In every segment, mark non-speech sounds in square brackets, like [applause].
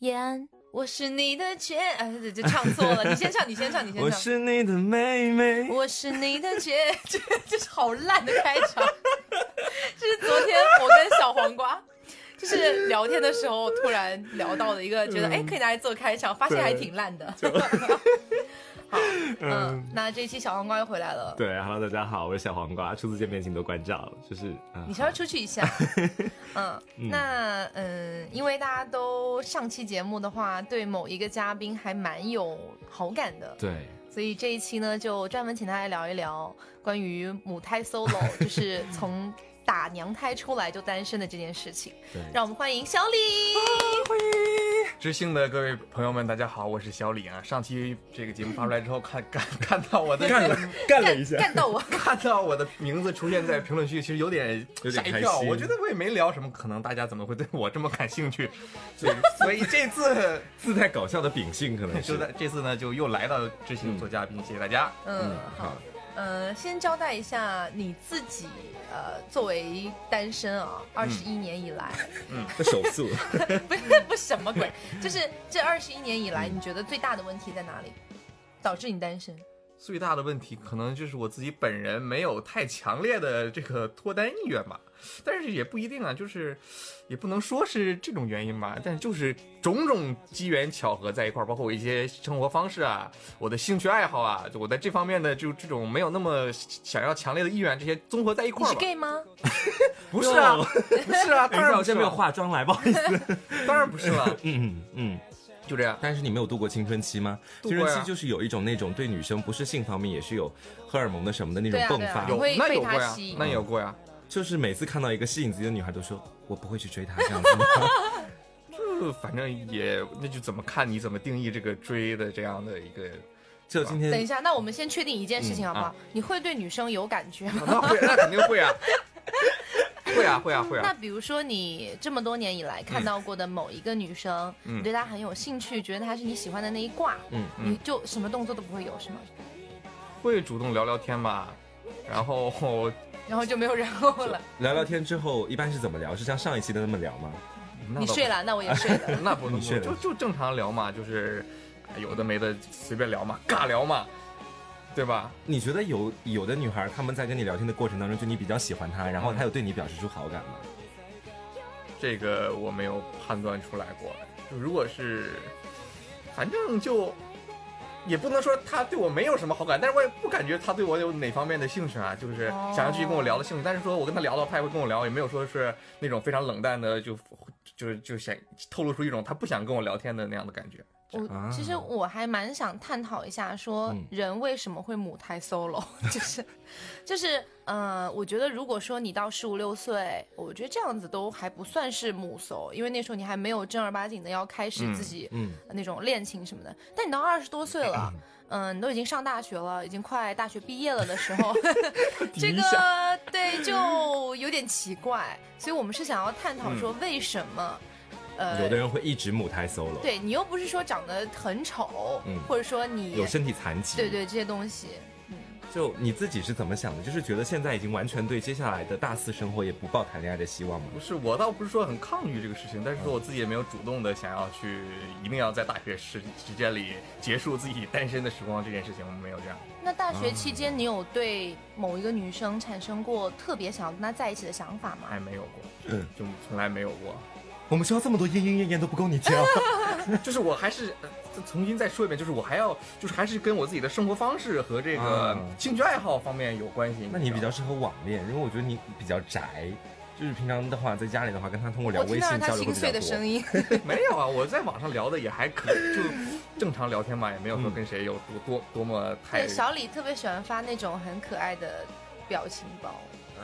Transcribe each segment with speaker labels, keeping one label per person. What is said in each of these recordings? Speaker 1: 叶安，我是你的 [laughs] 绝，哎，这这唱错 [laughs] 了，你先唱，你先唱，你先唱。
Speaker 2: 我是你的妹妹。
Speaker 1: 我是你的绝， [laughs] 这这是好烂的开场。 [laughs] 这是昨天我跟小黄瓜，就是聊天的时候突然聊到的一个，觉
Speaker 2: 嗯
Speaker 1: 得哎可以拿来做开场，发现还挺烂的。 [laughs]
Speaker 2: [laughs]
Speaker 1: 好，嗯，那这一期小黄瓜又回来了。
Speaker 2: 对，Hello，大家好，我是小黄瓜，初次见面请多关照。就是，嗯
Speaker 1: 你稍微出去一
Speaker 2: [laughs]
Speaker 1: 下。嗯，那嗯，因为大家都上期节目的话，对某一个嘉宾还蛮有好感的，
Speaker 2: 对，
Speaker 1: 所以这一期呢，就专门请他来聊一聊关于母胎 solo，就是 [laughs] 从打娘胎出来就单身的这件事情。
Speaker 2: 对
Speaker 1: 让我们欢迎小李。
Speaker 3: 知性的各位朋友们，大家好，我是小李啊。上期这个节目发出来之后，看看看到我的
Speaker 2: 干了干了一下
Speaker 1: 干，干到 [laughs] 我，
Speaker 3: [laughs] 看到我的名字出现在评论区，其实有点
Speaker 2: 有点
Speaker 3: 吓一
Speaker 2: 开
Speaker 3: 跳。
Speaker 2: 心
Speaker 3: 我觉得我也没聊什么，可能大家怎么会对我这么感兴趣？所以所以这次
Speaker 2: 自带搞笑的秉性可能。
Speaker 3: 就是在这次呢，就又来到知性做嘉宾，谢谢大家。
Speaker 1: 嗯，好，呃，先交代一下你自己，呃，作为单身啊，二十一年以来，
Speaker 2: 这手
Speaker 1: [laughs]
Speaker 2: 速，
Speaker 1: 不是不是什么 [laughs] 鬼，就是这二十一年以来，你觉得最大的问题在哪里，导致你单身？
Speaker 3: 最大的问题可能就是我自己本人没有太强烈的这个脱单意愿吧，但是也不一定啊，就是也不能说是这种原因吧，但就是种种机缘巧合在一块儿，包括我一些生活方式啊，我的兴趣爱好啊，就我在这方面的就这种没有那么想要强烈的意愿，这些综合在一
Speaker 1: 你
Speaker 3: 块儿
Speaker 1: 是
Speaker 3: 吧。
Speaker 1: gay 吗？
Speaker 3: 不是啊，
Speaker 2: 哟
Speaker 3: 不 [laughs] 是啊，
Speaker 2: 哎
Speaker 3: 当
Speaker 2: 你看
Speaker 3: 然
Speaker 2: 我
Speaker 3: 不是
Speaker 2: 现在没有
Speaker 3: 了，
Speaker 2: 化妆来，不好意思。
Speaker 1: [laughs]
Speaker 3: 当然不是了，
Speaker 2: [laughs] 嗯嗯。
Speaker 3: 就这样。
Speaker 2: 但是你没有度过青春期吗？
Speaker 3: 度
Speaker 2: 青
Speaker 3: 过呀
Speaker 2: 春期就是有一种那种对女生不是性方面也是有荷尔蒙的什么的那种
Speaker 1: 对啊
Speaker 2: 迸
Speaker 1: 对啊
Speaker 2: 发，
Speaker 1: 你 [laughs]
Speaker 3: 有
Speaker 1: 会
Speaker 3: 那
Speaker 1: 被
Speaker 3: 有
Speaker 1: 他
Speaker 3: 过呀
Speaker 1: 吸引，
Speaker 3: 那有过呀，
Speaker 2: 就是每次看到一个吸引自己的女孩，都说我不会去追她这样子吗？
Speaker 3: 就是呃反正也那就怎么看你怎么定义这个追的这样的一个
Speaker 2: 就今
Speaker 1: 等一
Speaker 2: 天
Speaker 1: 下，那我们先确定一件事情好不好？
Speaker 3: 嗯啊
Speaker 1: 你会对女生有感觉吗？
Speaker 3: 那会，那肯定会啊，会啊，会啊，会
Speaker 1: 那
Speaker 3: 啊。
Speaker 1: 比如说你这么多年以来
Speaker 2: 嗯
Speaker 1: 看到过的某一个女生，
Speaker 3: 嗯
Speaker 1: 你对她很有兴趣，觉得她是你喜欢的那一挂，
Speaker 2: 嗯
Speaker 1: 你就什么动作都不会有，是吗？
Speaker 3: 会主动聊聊天吧，然后
Speaker 1: 然后就没有然后了。
Speaker 2: 聊聊天之后，一般是怎么聊？是像上一期的那么聊吗？
Speaker 3: 那
Speaker 1: 你
Speaker 3: 倒
Speaker 1: 睡了，那我也睡
Speaker 2: [laughs]
Speaker 1: 了。
Speaker 3: 那不能
Speaker 2: 你睡了
Speaker 3: 就就正常聊嘛，就是哎有的没的随便聊嘛，尬聊嘛，对吧？
Speaker 2: 你觉得有有的女孩她们在跟你聊天的过程当中，就你比较喜欢她，然后她有对你表示出好感吗？
Speaker 3: 这个我没有判断出来过。就如果是，反正就也不能说他对我没有什么好感，但是我也不感觉他对我有哪方面的兴趣啊，就是
Speaker 1: 哦
Speaker 3: 想要继续跟我聊的兴趣。但是说我跟他聊到，他也会跟我聊，也没有说是那种非常冷淡的，就就就想透露出一种他不想跟我聊天的那样的感觉。
Speaker 1: 我
Speaker 2: 啊
Speaker 1: 其实我还蛮想探讨一下，说
Speaker 2: 嗯
Speaker 1: 人为什么会母胎 solo，就是 [laughs] 就是呃，我觉得如果说你到十五六岁，我觉得这样子都还不算是母 solo，因为那时候你还没有正儿八经的要开始自己
Speaker 2: 嗯，
Speaker 1: 那种恋情什么的。但你到二十多岁了，嗯、你都已经上大学了，已经快大学毕业了的时
Speaker 2: [laughs]
Speaker 1: 候，这
Speaker 3: 一
Speaker 1: 个
Speaker 3: 下
Speaker 1: 对就有点奇怪。所以我们是想要探讨说为什么，
Speaker 2: 嗯有的
Speaker 1: 呃。
Speaker 2: 人会一直母胎 solo，，
Speaker 1: 对你又不是说长得很丑，
Speaker 2: 嗯
Speaker 1: 或者说你
Speaker 2: 有身体残疾，
Speaker 1: 对，对这些东西，
Speaker 2: 就你自己是怎么想的？就是觉得现在已经完全对接下来的大四生活也不抱谈恋爱的希望吗？
Speaker 3: 不是，我倒不是说很抗拒这个事情，但是说我自己也没有主动的想要去，一定要在大学时时间里结束自己单身的时光这件事情，我没有这样。
Speaker 1: 那大学期
Speaker 2: 啊
Speaker 1: 间，你有对某一个女生产生过特别想要跟她在一起的想法吗？
Speaker 3: 还没有过，
Speaker 2: 嗯，
Speaker 3: 就从来没有过。
Speaker 2: 我们说这么多莺莺燕燕都不够你挑，
Speaker 3: 就是我还是呃重新再说一遍，就是我还要，就是还是跟我自己的生活方式和这个
Speaker 2: 嗯
Speaker 3: 兴趣爱好方面有关
Speaker 2: [laughs]
Speaker 3: 系。
Speaker 2: 那你比较适合网恋，因为我觉得你比较宅，就是平常的话在家里的话跟她通过聊
Speaker 1: 我听
Speaker 2: 微
Speaker 1: 到了
Speaker 2: 信
Speaker 1: 她
Speaker 2: 交流
Speaker 1: 心
Speaker 2: 会比
Speaker 1: 碎
Speaker 2: 较
Speaker 1: 的声
Speaker 2: 多。
Speaker 1: 音。
Speaker 3: 没有啊？我在网上聊的也还可以，就正常聊天嘛，也没有说
Speaker 2: 嗯
Speaker 3: 跟谁有多多多么太哦
Speaker 1: 对，。小李特别喜欢发那种很可爱的表情包，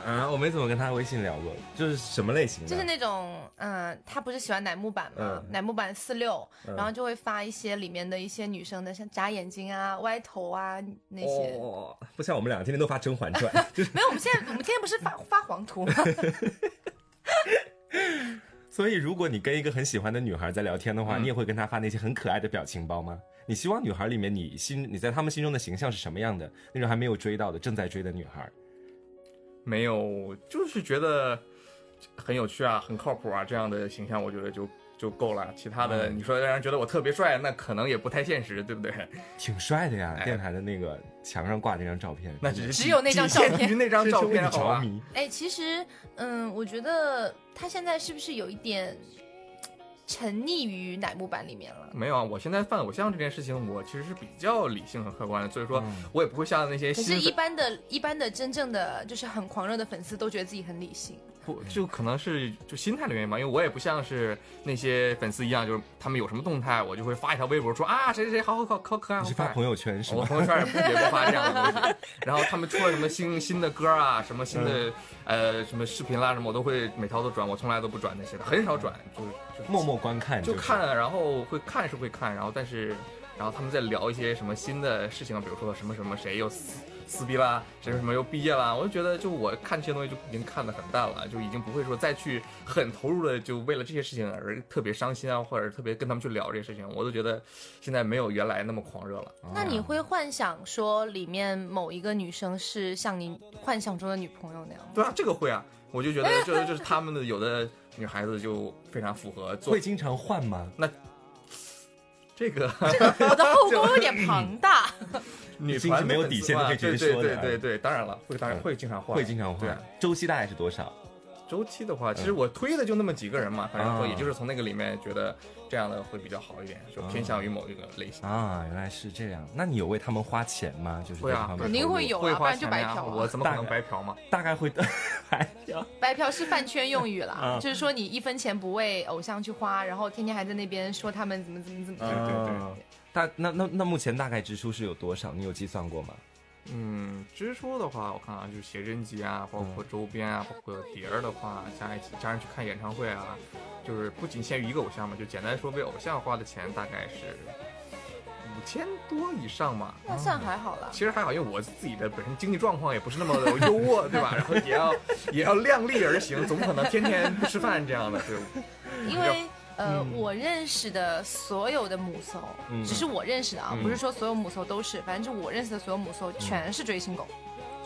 Speaker 2: 啊，我没怎么跟她微信聊过，就是什么类型的？
Speaker 1: 就是那种，嗯、他不是喜欢乃木坂吗？
Speaker 2: 嗯
Speaker 1: 乃木坂四六，
Speaker 2: 嗯
Speaker 1: 然后就会发一些里面的一些女生的，像眨眼睛啊、歪头啊那些。
Speaker 2: 哦，不像我们俩天天都发《甄嬛传》，就是
Speaker 1: 没有，我们现在我们今天不是发发黄图吗？ [laughs]
Speaker 2: 所以，如果你跟一个很喜欢的女孩在聊天的话，
Speaker 3: 嗯
Speaker 2: 你也会跟她发那些很可爱的表情包吗？你希望女孩里面你心你在她们心中的形象是什么样的？那种还没有追到的正在追的女孩，
Speaker 3: 没有，就是觉得很有趣啊，很靠谱啊，这样的形象我觉得就就够了。其他的，
Speaker 2: 嗯
Speaker 3: 你说让人觉得我特别帅，那可能也不太现实，对不对？ [laughs]
Speaker 2: 挺帅的呀，
Speaker 3: 哎
Speaker 2: 电台的那个墙上挂那张照片，
Speaker 3: 那只是
Speaker 1: 只
Speaker 3: 仅
Speaker 1: 有那张
Speaker 3: 仅限
Speaker 1: 照片
Speaker 3: 于那张
Speaker 2: 这
Speaker 3: 照
Speaker 2: 是为
Speaker 3: 片
Speaker 2: 你
Speaker 3: 好
Speaker 2: 着
Speaker 3: 吧？
Speaker 2: 迷。
Speaker 1: 哎，其实，嗯，我觉得他现在是不是有一点沉溺于乃木坂里面了？
Speaker 3: 没有啊，我现在犯偶像这件事情，我其实是比较理性和客观的，所以说
Speaker 2: 嗯
Speaker 3: 我也不会像那些
Speaker 1: 可是，
Speaker 3: 新
Speaker 1: 一
Speaker 3: 粉，
Speaker 1: 般的、一般的、真正的就是很狂热的粉丝都觉得自己很理性。
Speaker 3: 不就可能是就心态的原因吧，因为我也不像是那些粉丝一样，就是他们有什么动态，我就会发一条微博说啊谁谁谁好好好好可爱，
Speaker 2: 你
Speaker 3: 好
Speaker 2: 是
Speaker 3: 可
Speaker 2: 发
Speaker 3: 爱。
Speaker 2: 朋友圈是
Speaker 3: 我
Speaker 2: 吗？
Speaker 3: 朋友圈也不也不发这样的
Speaker 1: [laughs]
Speaker 3: 东西。然后他们出了什么新新的歌啊，什么新
Speaker 2: 嗯
Speaker 3: 的、呃什么视频啦、什么，我都会每条都转，我从来都不转那些的，很少转，就是就是
Speaker 2: 默默观看，
Speaker 3: 就是看，然后会看是会看，然后但是然后他们在聊一些什么新的事情啊，比如说什么什么谁又撕撕逼啦，谁什么又毕业啦，我就觉得就我看这些东西就已经看得很淡了，就已经不会说再去很投入的就为了这些事情而特别伤心啊，或者特别跟他们去聊这些事情，我都觉得现在没有原来那么狂热了。
Speaker 2: 哦
Speaker 1: 那你会幻想说里面某一个女生是像你幻想中的女朋友那样吗？
Speaker 3: 对啊，这个会啊，我就觉得就是就是他们的有的女孩子就非常符合做
Speaker 2: 会经常换吗？[laughs]
Speaker 3: 这个
Speaker 1: [laughs] 我的后宫有点庞大。
Speaker 3: 女
Speaker 2: 已经
Speaker 3: 团
Speaker 2: 是没有
Speaker 3: 的粉
Speaker 2: 底
Speaker 3: 丝
Speaker 2: 线的
Speaker 3: 嘛
Speaker 2: 可以直接
Speaker 3: 对对
Speaker 2: 说
Speaker 3: 对
Speaker 2: 的嗯
Speaker 3: 对对，当然了，会当然会经常换，
Speaker 2: 会经常
Speaker 3: 对
Speaker 2: 换
Speaker 3: 啊。
Speaker 2: 周期大概是多少？
Speaker 3: 周期的话，其实我推的就那么几个人嘛，反正说
Speaker 2: 嗯啊
Speaker 3: 也就是从那个里面觉得这样的会比较好一点，就偏向于某一个
Speaker 1: [laughs]
Speaker 3: 类型。
Speaker 2: 啊，原来是这样。那你有为他们花钱吗？就是
Speaker 3: 会
Speaker 2: 在
Speaker 3: 啊
Speaker 2: 这方面
Speaker 1: 肯定
Speaker 2: 投入
Speaker 1: 会有啊
Speaker 3: 会
Speaker 1: 不
Speaker 3: 花
Speaker 1: 然就
Speaker 3: 钱
Speaker 1: 白
Speaker 3: 的呀
Speaker 1: 嫖啊
Speaker 3: 我怎么可能
Speaker 2: 大
Speaker 3: 白嫖嘛？
Speaker 2: 大概会还要
Speaker 1: 白嫖是饭圈用语啦，
Speaker 3: 嗯
Speaker 1: [laughs]
Speaker 2: 啊
Speaker 1: 就是说你一分钱不为偶像去花，然后天天还在那边说他们怎么怎么怎么
Speaker 3: 对
Speaker 1: 样。
Speaker 3: 对对
Speaker 2: 啊大那那那目前大概支出是有多少？你有计算过吗？
Speaker 3: 嗯，支出的话，我看啊，就是写真集
Speaker 2: 嗯
Speaker 3: 啊，包括周边啊，包括碟儿的话，加一起加上去看演唱会啊，就是不仅限于一个偶像嘛，就简单说为偶像花的钱大概是五千多以上嘛。
Speaker 1: 那算还好啦。
Speaker 3: 其实还好，因为我自己的本身经济状况也不是那么的优渥，
Speaker 1: [laughs]
Speaker 3: 对吧？然后也要也要量力而行，总不可能天天不吃饭这样
Speaker 1: [laughs]
Speaker 3: 的，对。
Speaker 1: 因为呃，
Speaker 3: 嗯
Speaker 1: 我认识的所有的母搜，
Speaker 2: 嗯
Speaker 1: 只是我认识的啊，
Speaker 2: 嗯
Speaker 1: 不是说所有母搜都是，反正就我认识的所有母搜全是追星狗。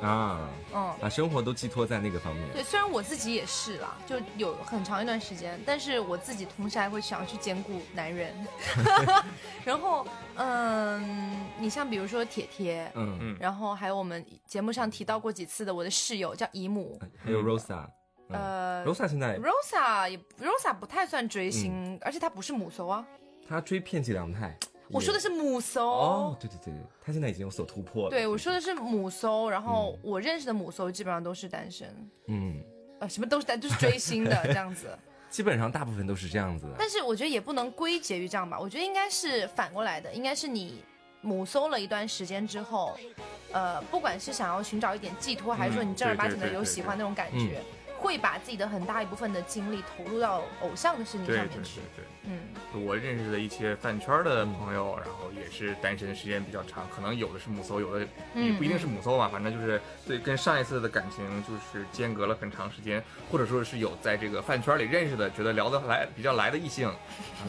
Speaker 2: 啊，
Speaker 1: 嗯，
Speaker 2: 把生活都寄托在那个方面。
Speaker 1: 对，虽然我自己也是啦，就有很长一段时间，但是我自己同时还会想去兼顾男
Speaker 2: [laughs]
Speaker 1: 人。 [laughs] 然后，嗯，你像比如说铁铁，
Speaker 2: 嗯，
Speaker 3: 嗯
Speaker 1: 然后还有我们节目上提到过几次的我的室友叫姨母，
Speaker 2: 还有 Rosa，嗯
Speaker 1: 呃
Speaker 2: ，Rosa 嗯现在
Speaker 1: ，Rosa 也 Rosa 不太算追星，而且她不是母搜啊，
Speaker 2: 她追片寄凉太，
Speaker 1: 我说的
Speaker 2: 是
Speaker 1: 是母搜。
Speaker 2: 哦，对对对，她现在已经有所突破了。
Speaker 1: 对，我说的是母搜，然后我认识的母搜基本上都是单身，
Speaker 2: 嗯，
Speaker 1: 呃，什么都是单，就是追星的这样子。
Speaker 2: 基本上大部分都是这样子的。
Speaker 1: 但是我觉得也不能归结于这样吧，我觉得应该是反过来的，应该是你母搜了一段时间之后，呃，不管是想要寻找一点寄托，还是说
Speaker 3: 嗯
Speaker 1: 你正儿八
Speaker 3: 对
Speaker 1: 经
Speaker 3: 对
Speaker 1: 的
Speaker 3: 对
Speaker 1: 有
Speaker 3: 对
Speaker 1: 喜
Speaker 3: 对
Speaker 1: 欢那种感
Speaker 2: 嗯
Speaker 1: 觉，会把自己的很大一部分的精力投入到偶像的事情
Speaker 3: 对
Speaker 1: 上
Speaker 3: 对
Speaker 1: 面去。
Speaker 3: 对
Speaker 1: 嗯，
Speaker 3: 对，我认识的一些饭圈的朋友，然后也是单身时间比较长，可能有的是母搜，有的也不一定是母搜吧，
Speaker 1: 嗯
Speaker 3: 反正就是对跟上一次的感情就是间隔了很长时间，或者说是有在这个饭圈里认识的，觉得聊得来比较来的异性，啊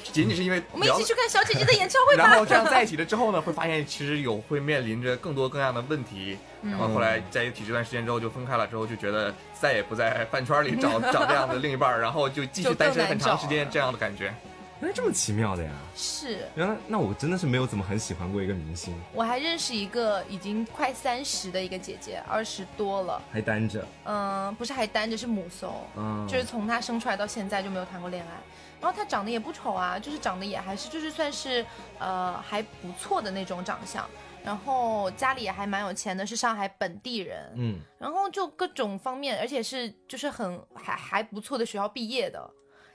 Speaker 3: 仅仅是因为
Speaker 1: 我们一
Speaker 3: 聊
Speaker 1: 起
Speaker 3: 得
Speaker 1: 去看小姐姐的演唱会吧。 [laughs]
Speaker 3: 然后这样在一起了之后呢，会发现其实有会面临着更多各样的问题。然后后来在一起这段时间之后就分开了，之后就觉得再也不在饭圈里找找这样的另一半儿，然后就继续单身很长时间这样的感觉。
Speaker 2: 原来这么奇妙的呀！
Speaker 1: 是，
Speaker 2: 原来那我真的是没有怎么很喜欢过一个明星，
Speaker 1: 我还认识一个已经快三十的一个姐姐，二十多了，
Speaker 2: 还单着。
Speaker 1: 嗯、不是还单着，是母搜，
Speaker 2: 嗯，
Speaker 1: 就是从她生出来到现在就没有谈过恋爱。然后她长得也不丑啊，就是长得也还是就是算是呃还不错的那种长相，然后家里也还蛮有钱的，是上海本地人，
Speaker 2: 嗯，
Speaker 1: 然后就各种方面，而且是就是很还还不错的学校毕业的，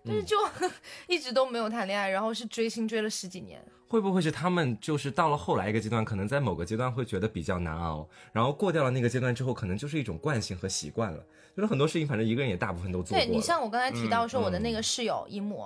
Speaker 1: 但
Speaker 2: 嗯
Speaker 1: 是就、 [laughs] 一直都没有谈恋爱，然后是追星追了十几年。
Speaker 2: 会不会是他们就是到了后来一个阶段，可能在某个阶段会觉得比较难熬，然后过掉了那个阶段之后，可能就是一种惯性和习惯了。就是很多事情，反正一个人也大部分都做过
Speaker 1: 对
Speaker 2: 了。
Speaker 1: 你像我刚才提到说，
Speaker 2: 嗯
Speaker 1: 我的那个室友一母，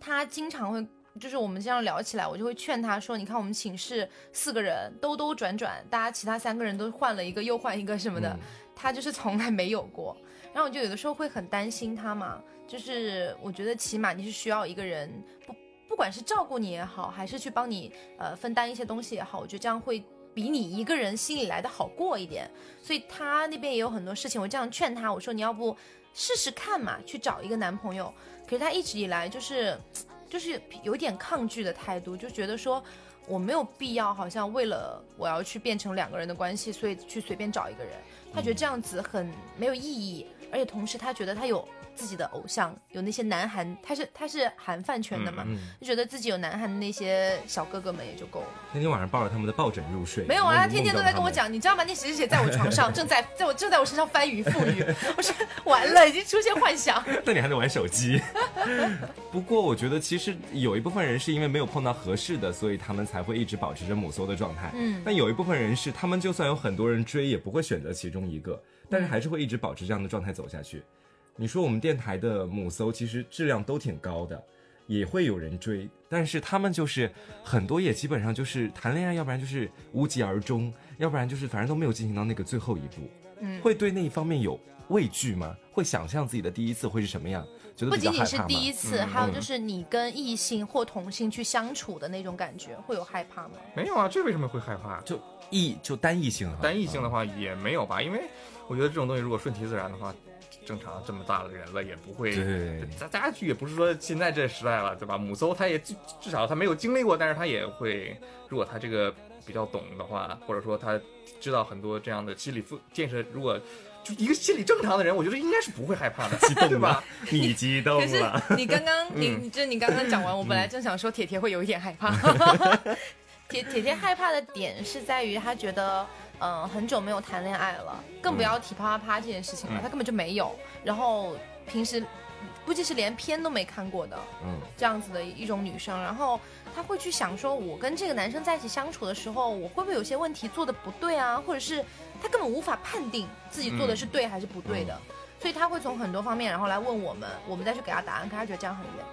Speaker 1: 她经常会。就是我们这样聊起来，我就会劝她说：“你看，我们寝室四个人兜兜转转，大家其他三个人都换了一个又换一个什么
Speaker 2: 嗯
Speaker 1: 的，她就是从来没有过。然后我就有的时候会很担心她嘛，就是我觉得起码你是需要一个人，不不管是照顾你也好，还是去帮你呃分担一些东西也好，我觉得这样会比你一个人心里来的好过一点。所以她那边也有很多事情，我这样劝她，我说你要不试试看嘛，去找一个男朋友。可是她一直以来就是就是有点抗拒的态度，就觉得说我没有必要，好像为了我要去变成两个人的关系，所以去随便找一个人。他觉得这样子很没有意义，而且同时他觉得他有自己的偶像，有那些男韩，他是他是韩饭圈的嘛，
Speaker 2: 嗯，
Speaker 1: 就觉得自己有南韩的那些小哥哥们也就够了。
Speaker 2: 那天晚上抱着他们的抱枕入睡，
Speaker 1: 没有啊，
Speaker 2: 梦
Speaker 1: 他天天都在跟我，讲，你知道吗？那谁谁谁在我床
Speaker 2: [laughs]
Speaker 1: 上，正在在我正在我身上翻云覆雨，我说完了，已经出现幻想。
Speaker 2: 梦到他们 [laughs] 那你还在玩手机。不过我觉得其实有一部分人是因为没有碰到合适的，所以他们才会一直保持着母搜的状态。
Speaker 1: 嗯
Speaker 2: 但有一部分人是，他们就算有很多人追，也不会选择其中一个，但是还是会一直保持这样的状态走下去。你说我们电台的母搜其实质量都挺高的，也会有人追，但是他们就是很多也基本上就是谈恋爱，要不然就是无疾而终，要不然就是反正都没有进行到那个最后一步。
Speaker 1: 嗯
Speaker 2: 会对那一方面有畏惧吗？会想象自己的第一次会是什么样？觉得
Speaker 1: 不
Speaker 2: 比较
Speaker 1: 仅
Speaker 2: 害怕嗯
Speaker 1: 仅是
Speaker 2: 吗？
Speaker 1: 第一次，还有就是你跟异性或同性去相处的那种感觉，会有害怕吗？
Speaker 3: 没有啊，这为什么会害怕？
Speaker 2: 就异就单异性哈，
Speaker 3: 单异性的
Speaker 2: 啊
Speaker 3: 话也没有吧，因为我觉得这种东西如果顺其自然的话，正常这么大的人了也不会。
Speaker 2: 嗯对
Speaker 3: 咱大家也不是说现在这时代了，对吧？母搜他也至至少他没有经历过，但是他也会，如果他这个比较懂的话，或者说他知道很多这样的心理复建设，如果就一个心理正常的人，我觉得应该是不会害怕的， [laughs] 对吧？
Speaker 2: 你激动
Speaker 1: 可是
Speaker 2: 了，嗯
Speaker 1: 你刚刚你你就你刚刚讲完，我本来正想说铁铁会有一点害怕。
Speaker 2: 嗯
Speaker 1: [laughs] 铁铁铁害怕的点是在于他觉得，嗯、很久没有谈恋爱了，更不要提啪啪啪这件事情了，
Speaker 3: 嗯
Speaker 1: 他根本就没有。然后平时估计是连片都没看过的，
Speaker 2: 嗯，
Speaker 1: 这样子的一种女生，然后她会去想说，我跟这个男生在一起相处的时候，我会不会有些问题做的不对啊，或者是她根本无法判定自己做的是对还是不对的，
Speaker 3: 嗯
Speaker 1: 所以她会从很多方面，然后来问我们，我们再去给她答案，可她觉得这样很远。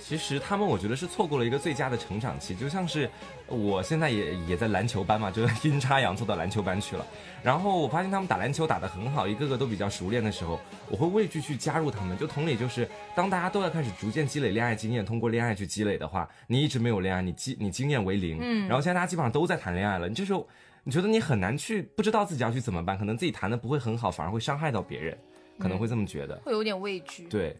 Speaker 2: 其实他们我觉得是错过了一个最佳的成长期，就像是呃我现在也也在篮球班嘛，就是阴差阳错到篮球班去了。然后我发现他们打篮球打得很好，一个个都比较熟练的时候，我会畏惧去加入他们。就同理，就是当大家都要开始逐渐积累恋爱经验，通过恋爱去积累的话，你一直没有恋爱，你经你经验为零。
Speaker 1: 嗯
Speaker 2: 然后现在大家基本上都在谈恋爱了，你这时候你觉得你很难去不知道自己要去怎么办，可能自己谈的不会很好，反而会伤害到别人，可能会这么觉得。
Speaker 1: 会有点畏惧，
Speaker 2: 对，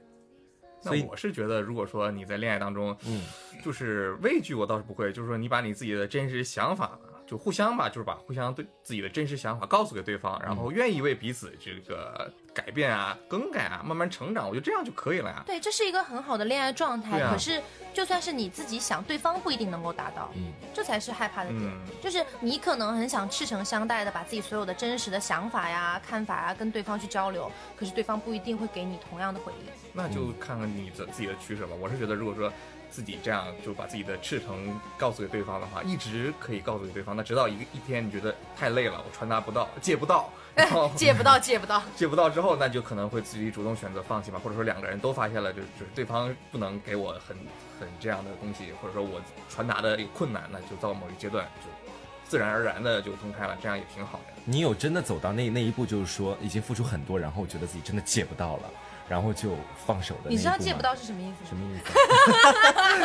Speaker 2: 所以
Speaker 3: 那我是觉得，如果说你在恋爱当中，
Speaker 2: 嗯，
Speaker 3: 就是畏惧我倒是不会，就是说你把你自己的真实想法，就互相吧，就是把互相对自己的真实想法告诉给对方，然
Speaker 2: 嗯
Speaker 3: 后愿意为彼此这个改变啊、更改啊、慢慢成长，我觉得这样就可以了呀。
Speaker 1: 对，这是一个很好的恋爱状态。
Speaker 3: 对啊
Speaker 1: 可是就算是你自己想，对方不一定能够达到，
Speaker 2: 嗯
Speaker 1: 这才是害怕的点。
Speaker 3: 嗯
Speaker 1: 就是你可能很想赤诚相待的把自己所有的真实的想法呀、看法呀跟对方去交流，可是对方不一定会给你同样的回应。
Speaker 3: 那就看看你的自己的取舍吧。我是觉得，如果说自己这样就把自己的赤诚告诉给对方的话，一直可以告诉给对方，那直到一个一天你觉得太累了，我传达不到、借
Speaker 1: [laughs]
Speaker 3: 不到，然后 [laughs]
Speaker 1: 借不到，借不
Speaker 2: [laughs]
Speaker 1: 到。
Speaker 3: 借不到之后，那就可能会自己主动选择放弃吧，或者说两个人都发现了，就是就是对方不能给我很很这样的东西，或者说我传达的有困难，那就到某一阶段就自然而然的就分开了，这样也挺好的。
Speaker 2: 你有真的走到那那一步，就是说已经付出很多，然后觉得自己真的借不到了，然后就放手的那一步吗
Speaker 1: 你知道借不到是什么意思
Speaker 2: 什
Speaker 1: 吗？
Speaker 2: 么意思啊？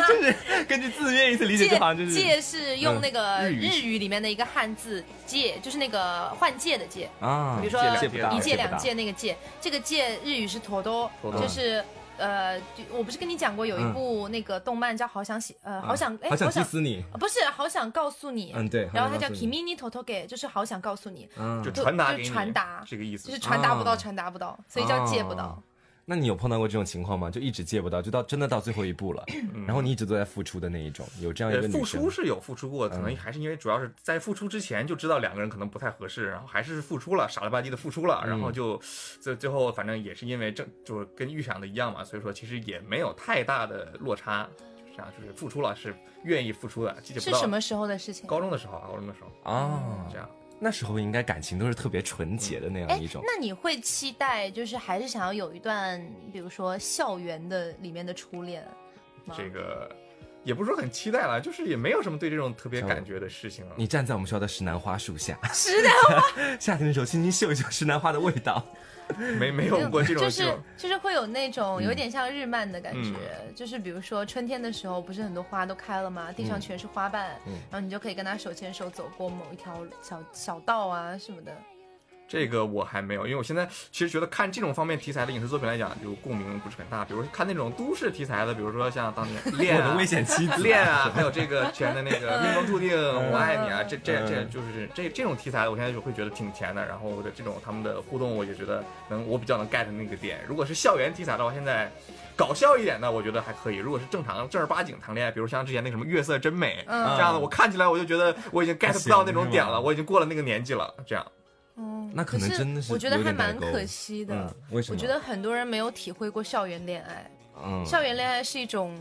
Speaker 2: 就是根据字面意思 [laughs] 理解，就好像就是
Speaker 1: 借是用那个
Speaker 3: 嗯日语
Speaker 1: 日语里面的一个汉字“借”，就是那个换借的“借”。
Speaker 2: 啊，
Speaker 1: 比如说
Speaker 2: 借不到
Speaker 1: 一届
Speaker 2: 借不
Speaker 1: 两
Speaker 2: 到
Speaker 1: 届那个届，这个届日语是陀多，
Speaker 3: tordo
Speaker 1: 就是。呃，就我不是跟你讲过有一
Speaker 2: 嗯
Speaker 1: 部那个动漫叫《好想喜》，呃，
Speaker 2: 啊
Speaker 1: 好想，哎，
Speaker 2: 好
Speaker 1: 好
Speaker 2: 想
Speaker 1: 想
Speaker 2: 踢，死你，
Speaker 1: 不是，好想告诉你，
Speaker 2: 嗯对
Speaker 1: 然后它
Speaker 2: 好想
Speaker 1: 叫
Speaker 2: 告诉你
Speaker 1: Kimi ni toto ge，就是好想告诉你，
Speaker 2: 嗯
Speaker 3: 就。传达
Speaker 1: 就
Speaker 3: 给你，
Speaker 1: 传达
Speaker 3: 这个意思
Speaker 1: 就是传达不到，
Speaker 2: 啊
Speaker 1: 传达不到，所以叫借不到
Speaker 2: 哦。那你有碰到过这种情况吗？就一直借不到，就到真的到最后一步了，然后你一直都在付出的那一种，有这样一
Speaker 3: 呃
Speaker 2: 个，女
Speaker 3: 付出
Speaker 2: 生，嗯
Speaker 3: 是有付出过，可能还是因为主要是在付出之前就知道两个人可能不太合适，然后还是付出了，傻了吧唧的付出了，然后
Speaker 2: 嗯
Speaker 3: 就最最后反正也是因为正就是跟预想的一样嘛，所以说其实也没有太大的落差，就是这样，就是付出了是愿意付出的，记得不
Speaker 1: 是
Speaker 3: 到
Speaker 1: 什么时候的事情？
Speaker 3: 高中的时候啊，高中的时候
Speaker 2: 啊
Speaker 3: 这样。
Speaker 2: 那时候应该感情都是特别纯洁的那
Speaker 1: 哎
Speaker 2: 样一种，。
Speaker 1: 那你会期待就是还是想要有一段，比如说校园的里面的初恋吗？
Speaker 3: 这个也不是说很期待了，就是也没有什么对这种特别感觉的事情了。
Speaker 2: 你站在我们学校的石楠花树下，
Speaker 1: 是的，
Speaker 2: [laughs] 夏天的时候轻轻嗅一嗅石楠花的味道。
Speaker 3: 没没有过这种
Speaker 1: 就
Speaker 3: 这
Speaker 1: 是
Speaker 3: 种
Speaker 1: 就是会有那种有
Speaker 2: 嗯
Speaker 1: 点像日漫的感觉，就是比如说春天的时候，不是很多花都开了吗？地
Speaker 2: 嗯
Speaker 1: 上全是花瓣，然后你就可以跟他手牵手走过某一条小小道啊什么的。
Speaker 3: 这个我还没有，因为我现在其实觉得看这种方面题材的影视作品来讲，就共鸣不是很大。比如说看那种都市题材的，比如说像
Speaker 2: [laughs]
Speaker 3: 当年《恋
Speaker 2: 我
Speaker 3: 啊
Speaker 2: 的危险妻子》
Speaker 3: 恋啊，还有这个全的那个命中注定我爱你啊，这这这
Speaker 2: 嗯
Speaker 3: 就是这这种题材，我现在就会觉得挺甜的。然后我的这种他们的互动，我就觉得能我比较能 get 那个点。如果是校园题材的话，现在搞笑一点的，我觉得还可以。如果是正常正儿八经谈恋爱，比如像之前那个什么《月色真美》
Speaker 1: 嗯
Speaker 3: 这样的，我看起来我就觉得我已经 get 不到那种点
Speaker 2: 啊还行是吧
Speaker 3: 了，我已经过了那个年纪了。这样，
Speaker 1: 嗯
Speaker 2: 那可能真的是
Speaker 1: 我觉得
Speaker 2: 有
Speaker 1: 还
Speaker 2: 点代
Speaker 1: 蛮
Speaker 2: 沟
Speaker 1: 可惜的。
Speaker 2: 嗯为什
Speaker 1: 我
Speaker 2: 么
Speaker 1: 觉得很多人没有体会过校园恋爱。
Speaker 2: 嗯，
Speaker 1: 校园恋爱是一种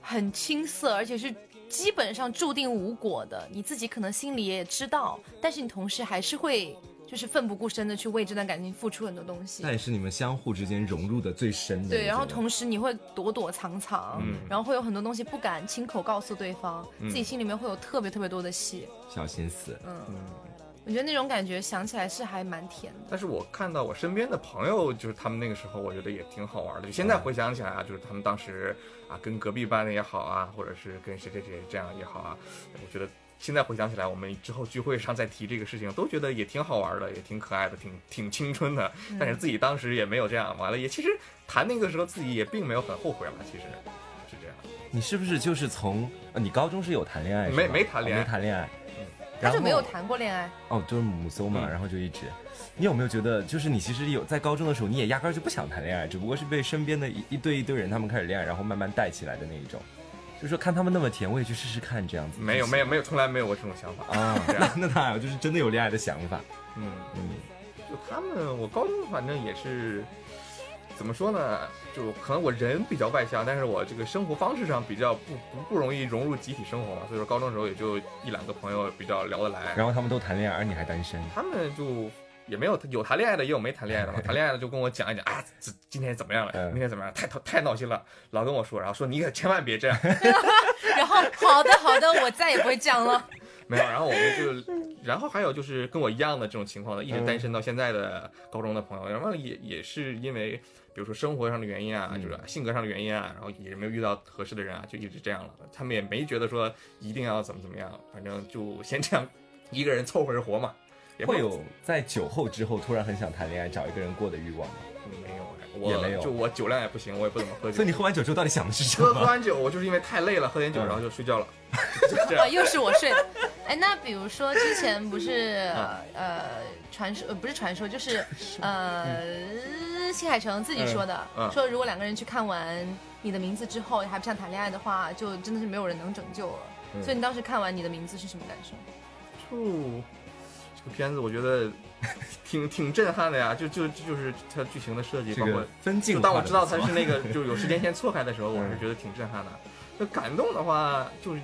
Speaker 1: 很青涩，而且是基本上注定无果的。你自己可能心里也知道，但是你同时还是会就是奋不顾身的去为这段感情付出很多东西
Speaker 2: 那。也是你们相互之间融入的最深的。
Speaker 1: 对，
Speaker 2: 我
Speaker 1: 然后
Speaker 2: 觉得
Speaker 1: 同时你会躲躲藏藏，
Speaker 3: 嗯
Speaker 1: 然后会有很多东西不敢亲口告诉对方，自己心里面会有特别特别多的戏。
Speaker 2: 小心思，
Speaker 1: 我觉得那种感觉想起来是还蛮甜的。
Speaker 3: 但是我看到我身边的朋友，就是他们那个时候，我觉得也挺好玩的。就现在回想起来啊，就是他们当时啊，跟隔壁班的也好啊，或者是跟谁谁谁这样也好啊， [laughs] 我觉得现在回想起来，我们之后聚会上再提这个事情，都觉得也挺好玩的，也挺可爱的，挺挺青春的。但是自己当时也没有这样，完了也其实谈那个时候自己也并没有很后悔了，其实是这样。
Speaker 2: 你是不是就是从呃你高中是有谈恋爱是吧？
Speaker 3: 没没谈恋爱
Speaker 2: 哦没谈恋爱，
Speaker 1: 他就没有
Speaker 2: 然后
Speaker 1: 谈过恋爱，
Speaker 2: 哦，就是母搜嘛，
Speaker 3: 嗯
Speaker 2: 然后就一直。你有没有觉得，就是你其实有在高中的时候，你也压根儿就不想谈恋爱，只不过是被身边的一一堆一堆人他们开始恋爱，然后慢慢带起来的那一种。就是说看他们那么甜，我也去试试看这样子。
Speaker 3: 没有没有没有，从来没有过这种想法。
Speaker 2: 啊，那那当然，就是真的有恋爱的想法。
Speaker 3: 嗯。
Speaker 2: 嗯，
Speaker 3: 就他们，我高中反正也是，怎么说呢？就可能我人比较外向，但是我这个生活方式上比较不不不容易融入集体生活嘛，所以说高中的时候也就一两个朋友比较聊得来，
Speaker 2: 然后他们都谈恋爱，而你还单身。
Speaker 3: 他们就也没有有谈恋爱的，也有没谈恋爱的嘛。谈恋爱的就跟我讲一讲啊，这今天怎么样了，
Speaker 2: 嗯
Speaker 3: 明天怎么样，太讨太闹心了，老跟我说，然后说你可千万别这样，
Speaker 1: 然后好的好的，我再也不会这样了。
Speaker 3: 没有，然后我们
Speaker 2: [laughs]
Speaker 3: 就，
Speaker 2: 嗯
Speaker 3: 然后还有就是跟我一样的这种情况的，一直单身到现在的高中的朋友，然后也也是因为，比如说生活上的原因啊，
Speaker 2: 嗯
Speaker 3: 就是性格上的原因啊，然后也没有遇到合适的人啊，就一直这样了。他们也没觉得说一定要怎么怎么样，反正就先这样一个人凑合着活嘛。也不
Speaker 2: 会有在酒后之后突然很想谈恋爱、找一个人过的欲望吗？
Speaker 3: 没有？哎我
Speaker 2: 也没有
Speaker 3: 就我酒量也不行，我也不怎么喝酒。
Speaker 2: 所以你喝完酒之后到底想的是什
Speaker 3: 喝喝
Speaker 2: 么？
Speaker 3: 完酒，我就是因为太累了，喝点酒
Speaker 2: 嗯
Speaker 3: 然后就睡觉了，就
Speaker 1: [laughs]
Speaker 3: 这样
Speaker 1: 啊，。又是我睡的。哎，那比如说之前不是
Speaker 3: 嗯
Speaker 1: 呃传说呃不是传说，就是呃新海诚自己说的，
Speaker 3: 嗯嗯
Speaker 1: 说如果两个人去看完《你的名字》之后还不想谈恋爱的话，就真的是没有人能拯救了。
Speaker 3: 嗯
Speaker 1: 所以你当时看完《你的名字》是什么感受？
Speaker 3: 就哦这个片子，我觉得 [laughs] 挺挺震撼的呀，就就就是它剧情的设计，
Speaker 2: 这
Speaker 3: 包括
Speaker 2: 个分
Speaker 3: 就
Speaker 2: 镜
Speaker 3: 当我
Speaker 2: 画得
Speaker 3: 知道
Speaker 2: 不
Speaker 3: 它
Speaker 2: 错
Speaker 3: 是那个就有时间线错开的时
Speaker 2: [laughs]
Speaker 3: 候，我
Speaker 2: 嗯
Speaker 3: 是觉得挺震撼的。那感动的话，就是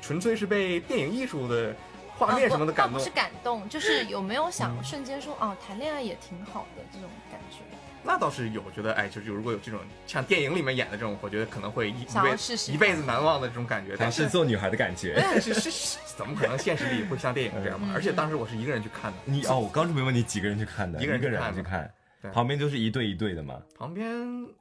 Speaker 3: 纯粹是被电影艺术的画面什么的
Speaker 1: 啊
Speaker 3: 感
Speaker 1: 不
Speaker 3: 动嗯
Speaker 1: 倒不是。感动，就是有没有想瞬间说啊谈恋爱也挺好的这种感觉，
Speaker 3: 那倒是有，我觉得哎，就是如果有这种像电影里面演的这种，我觉得可能会一一
Speaker 1: 想要
Speaker 3: 辈
Speaker 1: 试试
Speaker 3: 一辈子难忘的这种感觉。
Speaker 2: 还
Speaker 3: 但
Speaker 2: 是做女孩的感觉。
Speaker 3: [laughs] 但是是是，怎么可能现实里会像电影这样嘛？
Speaker 1: 嗯
Speaker 3: 而且当时我是一个人去看的，
Speaker 2: 你哦，我刚准备问你几个人去看的，
Speaker 3: 一个人去看
Speaker 2: 去
Speaker 3: 的
Speaker 2: 看
Speaker 3: 对，
Speaker 2: 旁边就是一对一对的嘛。
Speaker 3: 旁边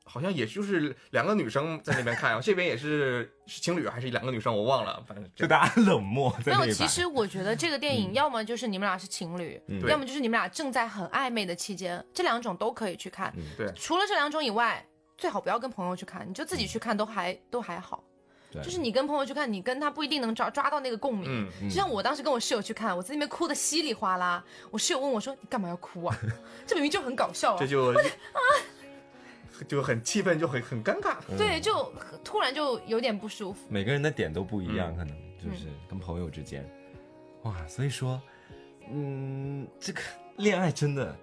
Speaker 3: 好像也就是两个女生在那边看，这边也是是情侣还是两个女生，我忘了，反正
Speaker 2: 就
Speaker 3: 这
Speaker 2: 大家冷漠在
Speaker 1: 没
Speaker 2: 那
Speaker 1: 有。
Speaker 2: 一
Speaker 1: 其
Speaker 2: 排。
Speaker 1: 实我觉得这个电影要么就是你们俩是情侣，
Speaker 2: 对
Speaker 1: 要么就是你们俩正在很暧昧的期间，这两种都可以去看。
Speaker 3: 对
Speaker 1: 除了这两种以外，最好不要跟朋友去看，你就自己去看都还都还好。
Speaker 2: 对
Speaker 1: 就是你跟朋友去看，你跟他不一定能抓抓到那个共鸣。
Speaker 3: 嗯
Speaker 1: 就像我当时跟我室友去看，我在那边哭的稀里哗啦。我室友问我说：“你干嘛要哭啊？ [laughs] 这明明就很搞笑啊
Speaker 3: 这！”就就很气氛就很很尴尬。
Speaker 1: 对，就很突然就有点不舒服。
Speaker 2: 每个人的点都不一样，可能就是跟朋友之间，哇，所以说，嗯，这个恋爱真的，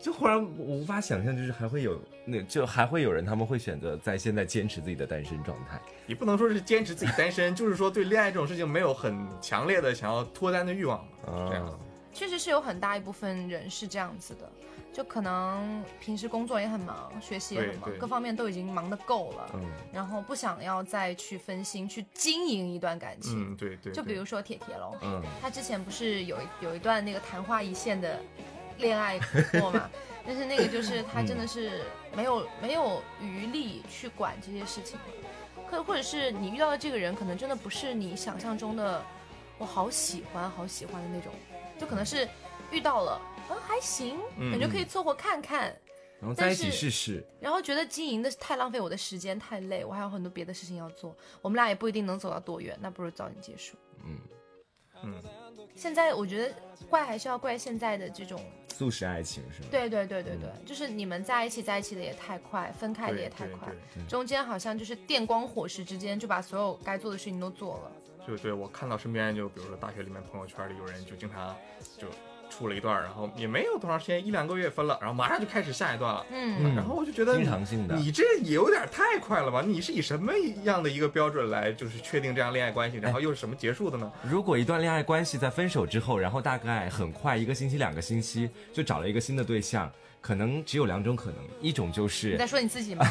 Speaker 2: 就忽然我无法想象，就是还会有那就还会有人他们会选择在现在坚持自己的单身状态，
Speaker 3: 也不能说是坚持自己单身，就是说对恋爱这种事情没有很强烈的想要脱单的欲望嘛，是这样的
Speaker 2: 啊。
Speaker 1: 确实是有很大一部分人是这样子的，就可能平时工作也很忙，学习也很忙
Speaker 3: 对，对
Speaker 1: 各方面都已经忙得够了，
Speaker 2: 嗯
Speaker 1: 然后不想要再去分心去经营一段感情。
Speaker 3: 嗯，对对。
Speaker 1: 就比
Speaker 3: 对
Speaker 1: 如说铁铁喽，
Speaker 2: 嗯，
Speaker 1: 他之前不是有一有一段那个昙花一现的恋爱过嘛？但是那个就是他真的是没有、没有余力去管这些事情了，可或者是你遇到的这个人可能真的不是你想象中的我好喜欢好喜欢的那种，就可能是遇到了，嗯，还行，
Speaker 3: 嗯
Speaker 1: 感觉可以凑合看看。
Speaker 2: 然后在一
Speaker 1: 但
Speaker 2: 起
Speaker 1: 是
Speaker 2: 试试。
Speaker 1: 然后觉得经营的太浪费我的时间，太累，我还有很多别的事情要做，我们俩也不一定能走到多远，那不如早点结束。
Speaker 2: 嗯，
Speaker 3: 嗯，
Speaker 1: 现在我觉得怪还是要怪现在的这种，
Speaker 2: 素食爱情是吗？，
Speaker 1: 对对对对对，就是你们在一起在一起的也太快，分开的也太快，中间好像就是电光火石之间就把所有该做的事情都做了。
Speaker 3: 就对我看到身边就比如说大学里面朋友圈里有人就经常就处了一段儿，然后也没有多长时间，一两个月分了，然后马上就开始下一段了。
Speaker 1: 嗯，
Speaker 3: 然后我就觉得
Speaker 2: 经常性的
Speaker 3: 你这也有点太快了吧？你是以什么样的一个标准来就是确定这样恋爱关系，然后又是什么结束的呢？
Speaker 2: 如果一段恋爱关系在分手之后，然后大概很快一个星期、两个星期就找了一个新的对象，可能只有两种可能，一种就是
Speaker 1: 你在说你自己吗？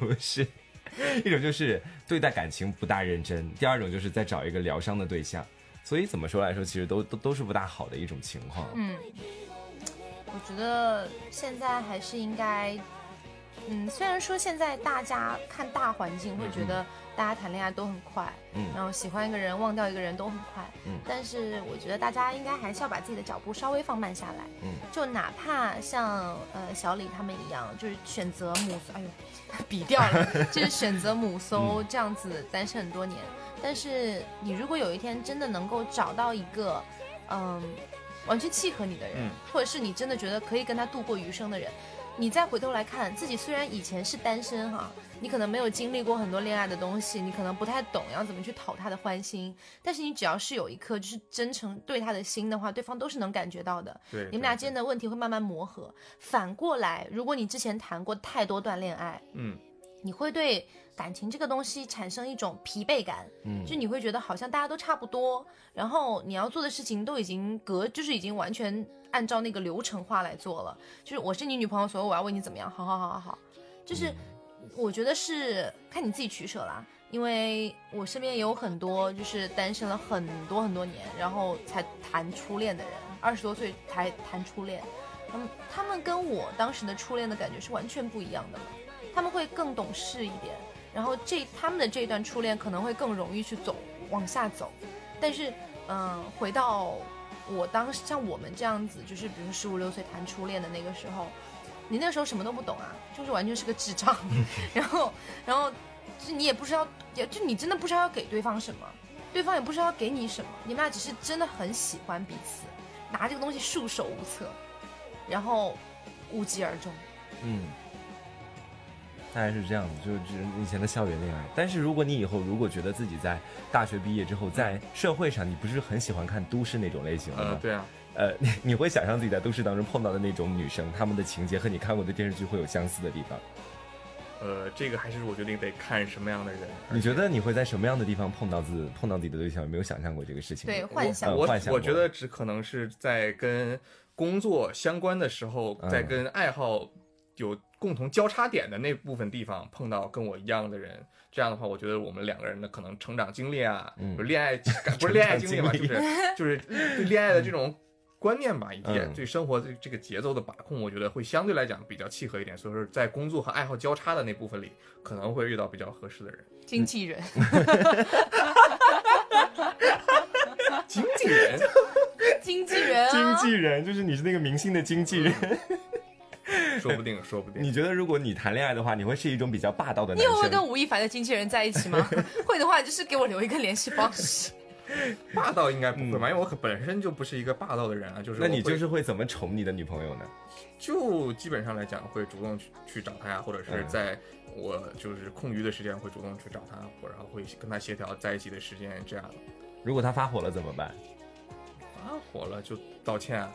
Speaker 2: 不是， [laughs] 一种就是对待感情不大认真，第二种就是在找一个疗伤的对象。所以怎么说来说，其实都都都是不大好的一种情况。
Speaker 1: 嗯，我觉得现在还是应该，嗯，虽然说现在大家看大环境会觉得大家谈恋爱都很快，
Speaker 2: 嗯
Speaker 1: 然后喜欢一个人忘掉一个人都很快，
Speaker 2: 嗯
Speaker 1: 但是我觉得大家应该还是要把自己的脚步稍微放慢下来，
Speaker 2: 嗯
Speaker 1: 就哪怕像呃小李他们一样，就是选择母，哎呦，比掉
Speaker 2: [laughs]
Speaker 1: 了，就是选择母
Speaker 2: 嗯
Speaker 1: 搜这样子单身很多年，但是你如果有一天真的能够找到一个，嗯。完全契合你的人，
Speaker 3: 嗯
Speaker 1: 或者是你真的觉得可以跟他度过余生的人，你再回头来看自己，虽然以前是单身哈，你可能没有经历过很多恋爱的东西，你可能不太懂要怎么去讨他的欢心，但是你只要是有一颗就是真诚对他的心的话，对方都是能感觉到的。
Speaker 3: 对，
Speaker 1: 你们俩之
Speaker 3: 对
Speaker 1: 间的问题会慢慢磨合。反过来，如果你之前谈过太多段恋爱，
Speaker 3: 嗯，
Speaker 1: 你会对感情这个东西产生一种疲惫感，
Speaker 2: 嗯
Speaker 1: 就你会觉得好像大家都差不多，然后你要做的事情都已经隔，就是已经完全按照那个流程化来做了，就是我是你女朋友，所以我要为你怎么样，好好好好好，就是我觉得是看你自己取舍啦。因为我身边也有很多就是单身了很多很多年，然后才谈初恋的人，二十多岁才谈初恋，嗯，他们跟我当时的初恋的感觉是完全不一样的嘛。他们会更懂事一点，然后这他们的这一段初恋可能会更容易去走往下走，但是，嗯、回到我当时像我们这样子，就是比如十五六岁谈初恋的那个时候，你那个时候什么都不懂啊，就是完全是个智障，然后，然后就你也不知道，也就你真的不知道要给对方什么，对方也不知道要给你什么，你们俩只是真的很喜欢彼此，拿这个东西束手无策，然后无疾而终。
Speaker 2: 嗯，大概是这样，就是以前的校园恋爱。但是如果你以后如果觉得自己在大学毕业之后，在社会上，你不是很喜欢看都市那种类型的
Speaker 3: 呃，
Speaker 2: 吗？
Speaker 3: 对啊，
Speaker 2: 呃，你你会想象自己在都市当中碰到的那种女生，她们的情节和你看过的电视剧会有相似的地方。
Speaker 3: 呃，这个还是我觉得得看什么样的人。
Speaker 2: 你觉得你会在什么样的地方碰到自碰到自己的对象？有没有想象过这个事情？
Speaker 1: 对，，幻想
Speaker 2: 呃
Speaker 3: 我
Speaker 2: 幻想
Speaker 3: 我
Speaker 2: 过
Speaker 3: 觉得只可能是在跟工作相关的时候，
Speaker 2: 嗯
Speaker 3: 在跟爱好有共同交叉点的那部分地方碰到跟我一样的人，这样的话，我觉得我们两个人的可能成长经历啊，
Speaker 2: 嗯
Speaker 3: 有恋爱
Speaker 2: [laughs]
Speaker 3: 感不是恋爱经历吧，
Speaker 2: 经
Speaker 3: 就
Speaker 2: 历
Speaker 3: 是
Speaker 2: [laughs]
Speaker 3: 就是对恋爱的这种。观念吧，以及
Speaker 2: 嗯
Speaker 3: 对生活的这个节奏的把控，我觉得会相对来讲比较契合一点。所以说，在工作和爱好交叉的那部分里，可能会遇到比较合适的人。
Speaker 1: 经纪人，
Speaker 3: 经纪人， [laughs]
Speaker 1: 经纪人
Speaker 2: 经
Speaker 1: 啊，
Speaker 2: 纪人 [laughs] 就是你是那个明星的经纪人。
Speaker 3: 说不定，说不定。
Speaker 2: 嗯你觉得如果你谈恋爱的话，你会是一种比较霸道的
Speaker 1: 你
Speaker 2: 男
Speaker 1: 有会跟
Speaker 2: 生？
Speaker 1: 吴亦凡的经纪人在一
Speaker 3: [laughs]
Speaker 1: 起吗？会的话，就是给我留一个联系方式。
Speaker 3: [laughs] 霸道应该不会吧？因为我可本身就不是一个霸道的人啊，就是
Speaker 2: 嗯那你
Speaker 3: 我会
Speaker 2: 就是会怎么宠你的女朋友呢？
Speaker 3: 就基本上来讲会主动去去找他呀，或者是
Speaker 2: 嗯
Speaker 3: 在我就是空余的时间会主动去找他，或然后会跟他协调在一起的时间，这样
Speaker 2: 如果她发火了怎么办？
Speaker 3: 发火了就道歉啊，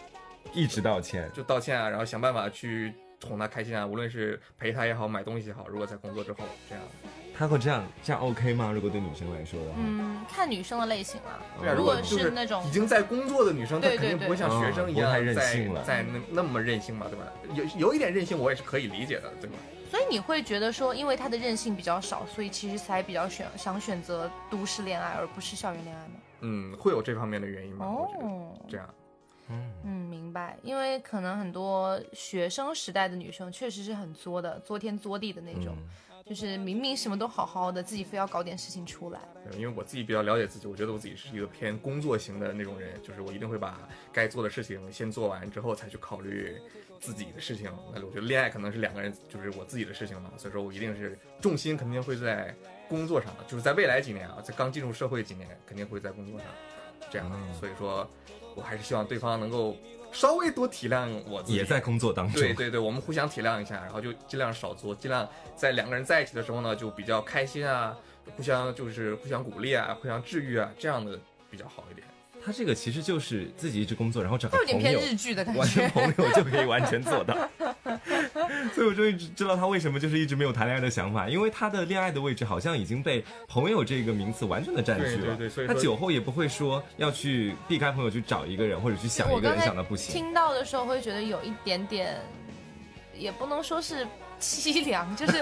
Speaker 2: 一直道歉。
Speaker 3: 就道歉啊，然后想办法去哄他开心啊，无论是陪他也好，买东西也好，如果在工作之后这样，
Speaker 2: 她会这样这样 OK 吗？如果对女生来说的话，
Speaker 1: 嗯，看女生的类型了。
Speaker 3: 对啊，
Speaker 2: 如
Speaker 3: 如
Speaker 2: 果
Speaker 3: 果就是
Speaker 1: 那种
Speaker 3: 已经在工作的女生，她
Speaker 1: 对
Speaker 3: 肯定
Speaker 1: 对
Speaker 3: 不会像
Speaker 2: 对
Speaker 3: 学生一
Speaker 2: 嗯不太
Speaker 3: 样
Speaker 2: 任
Speaker 3: 在
Speaker 2: 性了
Speaker 3: 在那那么任性嘛，对吧？有有一点任性我也是可以理解的，对吧？
Speaker 1: 所以你会觉得说，因为他的任性比较少，所以其实才比较选想选择都市恋爱，而不是校园恋爱吗？
Speaker 3: 嗯，会有这方面的原因吧？我觉得
Speaker 1: 哦，
Speaker 3: 这样。
Speaker 1: 嗯，明白。因为
Speaker 3: 嗯
Speaker 1: 可能很多学生时代的女生确实是很作的，作天作地的那种。就是明明什么都好好的，自己非要搞点事情出来。
Speaker 3: 对因为我自己比较了解自己，我觉得我自己是一个偏工作型的那种人，就是我一定会把该做的事情先做完之后，才去考虑自己的事情。那我觉得恋爱可能是两个人，就是我自己的事情嘛，所以说我一定是重心肯定会在工作上的，就是在未来几年啊，在刚进入社会几年，肯定会在工作上这样的。
Speaker 2: 嗯
Speaker 3: 所以说，我还是希望对方能够稍微多体谅我自己，
Speaker 2: 也在工作当中。
Speaker 3: 对对对，我们互相体谅一下，然后就尽量少作，尽量在两个人在一起的时候呢，就比较开心啊，互相就是互相鼓励啊，互相治愈啊，这样的比较好一点。
Speaker 2: 他这个其实就是自己一直工作，然后找个
Speaker 1: 它有点
Speaker 2: 朋
Speaker 1: 偏
Speaker 2: 友，
Speaker 1: 日剧的感 [laughs]
Speaker 2: 完全
Speaker 1: 觉。
Speaker 2: 朋友就可以完全做到。所以我终于知道他为什么就是一直没有谈恋爱的想法，因为他的恋爱的位置好像已经被朋友这个名词完全的占据了。
Speaker 3: 对对对所以
Speaker 2: 他
Speaker 3: 说
Speaker 2: 酒后也不会说要去避开朋友去找一个人，或者去想
Speaker 1: 我
Speaker 2: 一个
Speaker 1: 刚
Speaker 2: 人
Speaker 1: 才
Speaker 2: 想的不行。
Speaker 1: 听到的时候会觉得有一点点，也不能说是凄凉， [laughs] 就是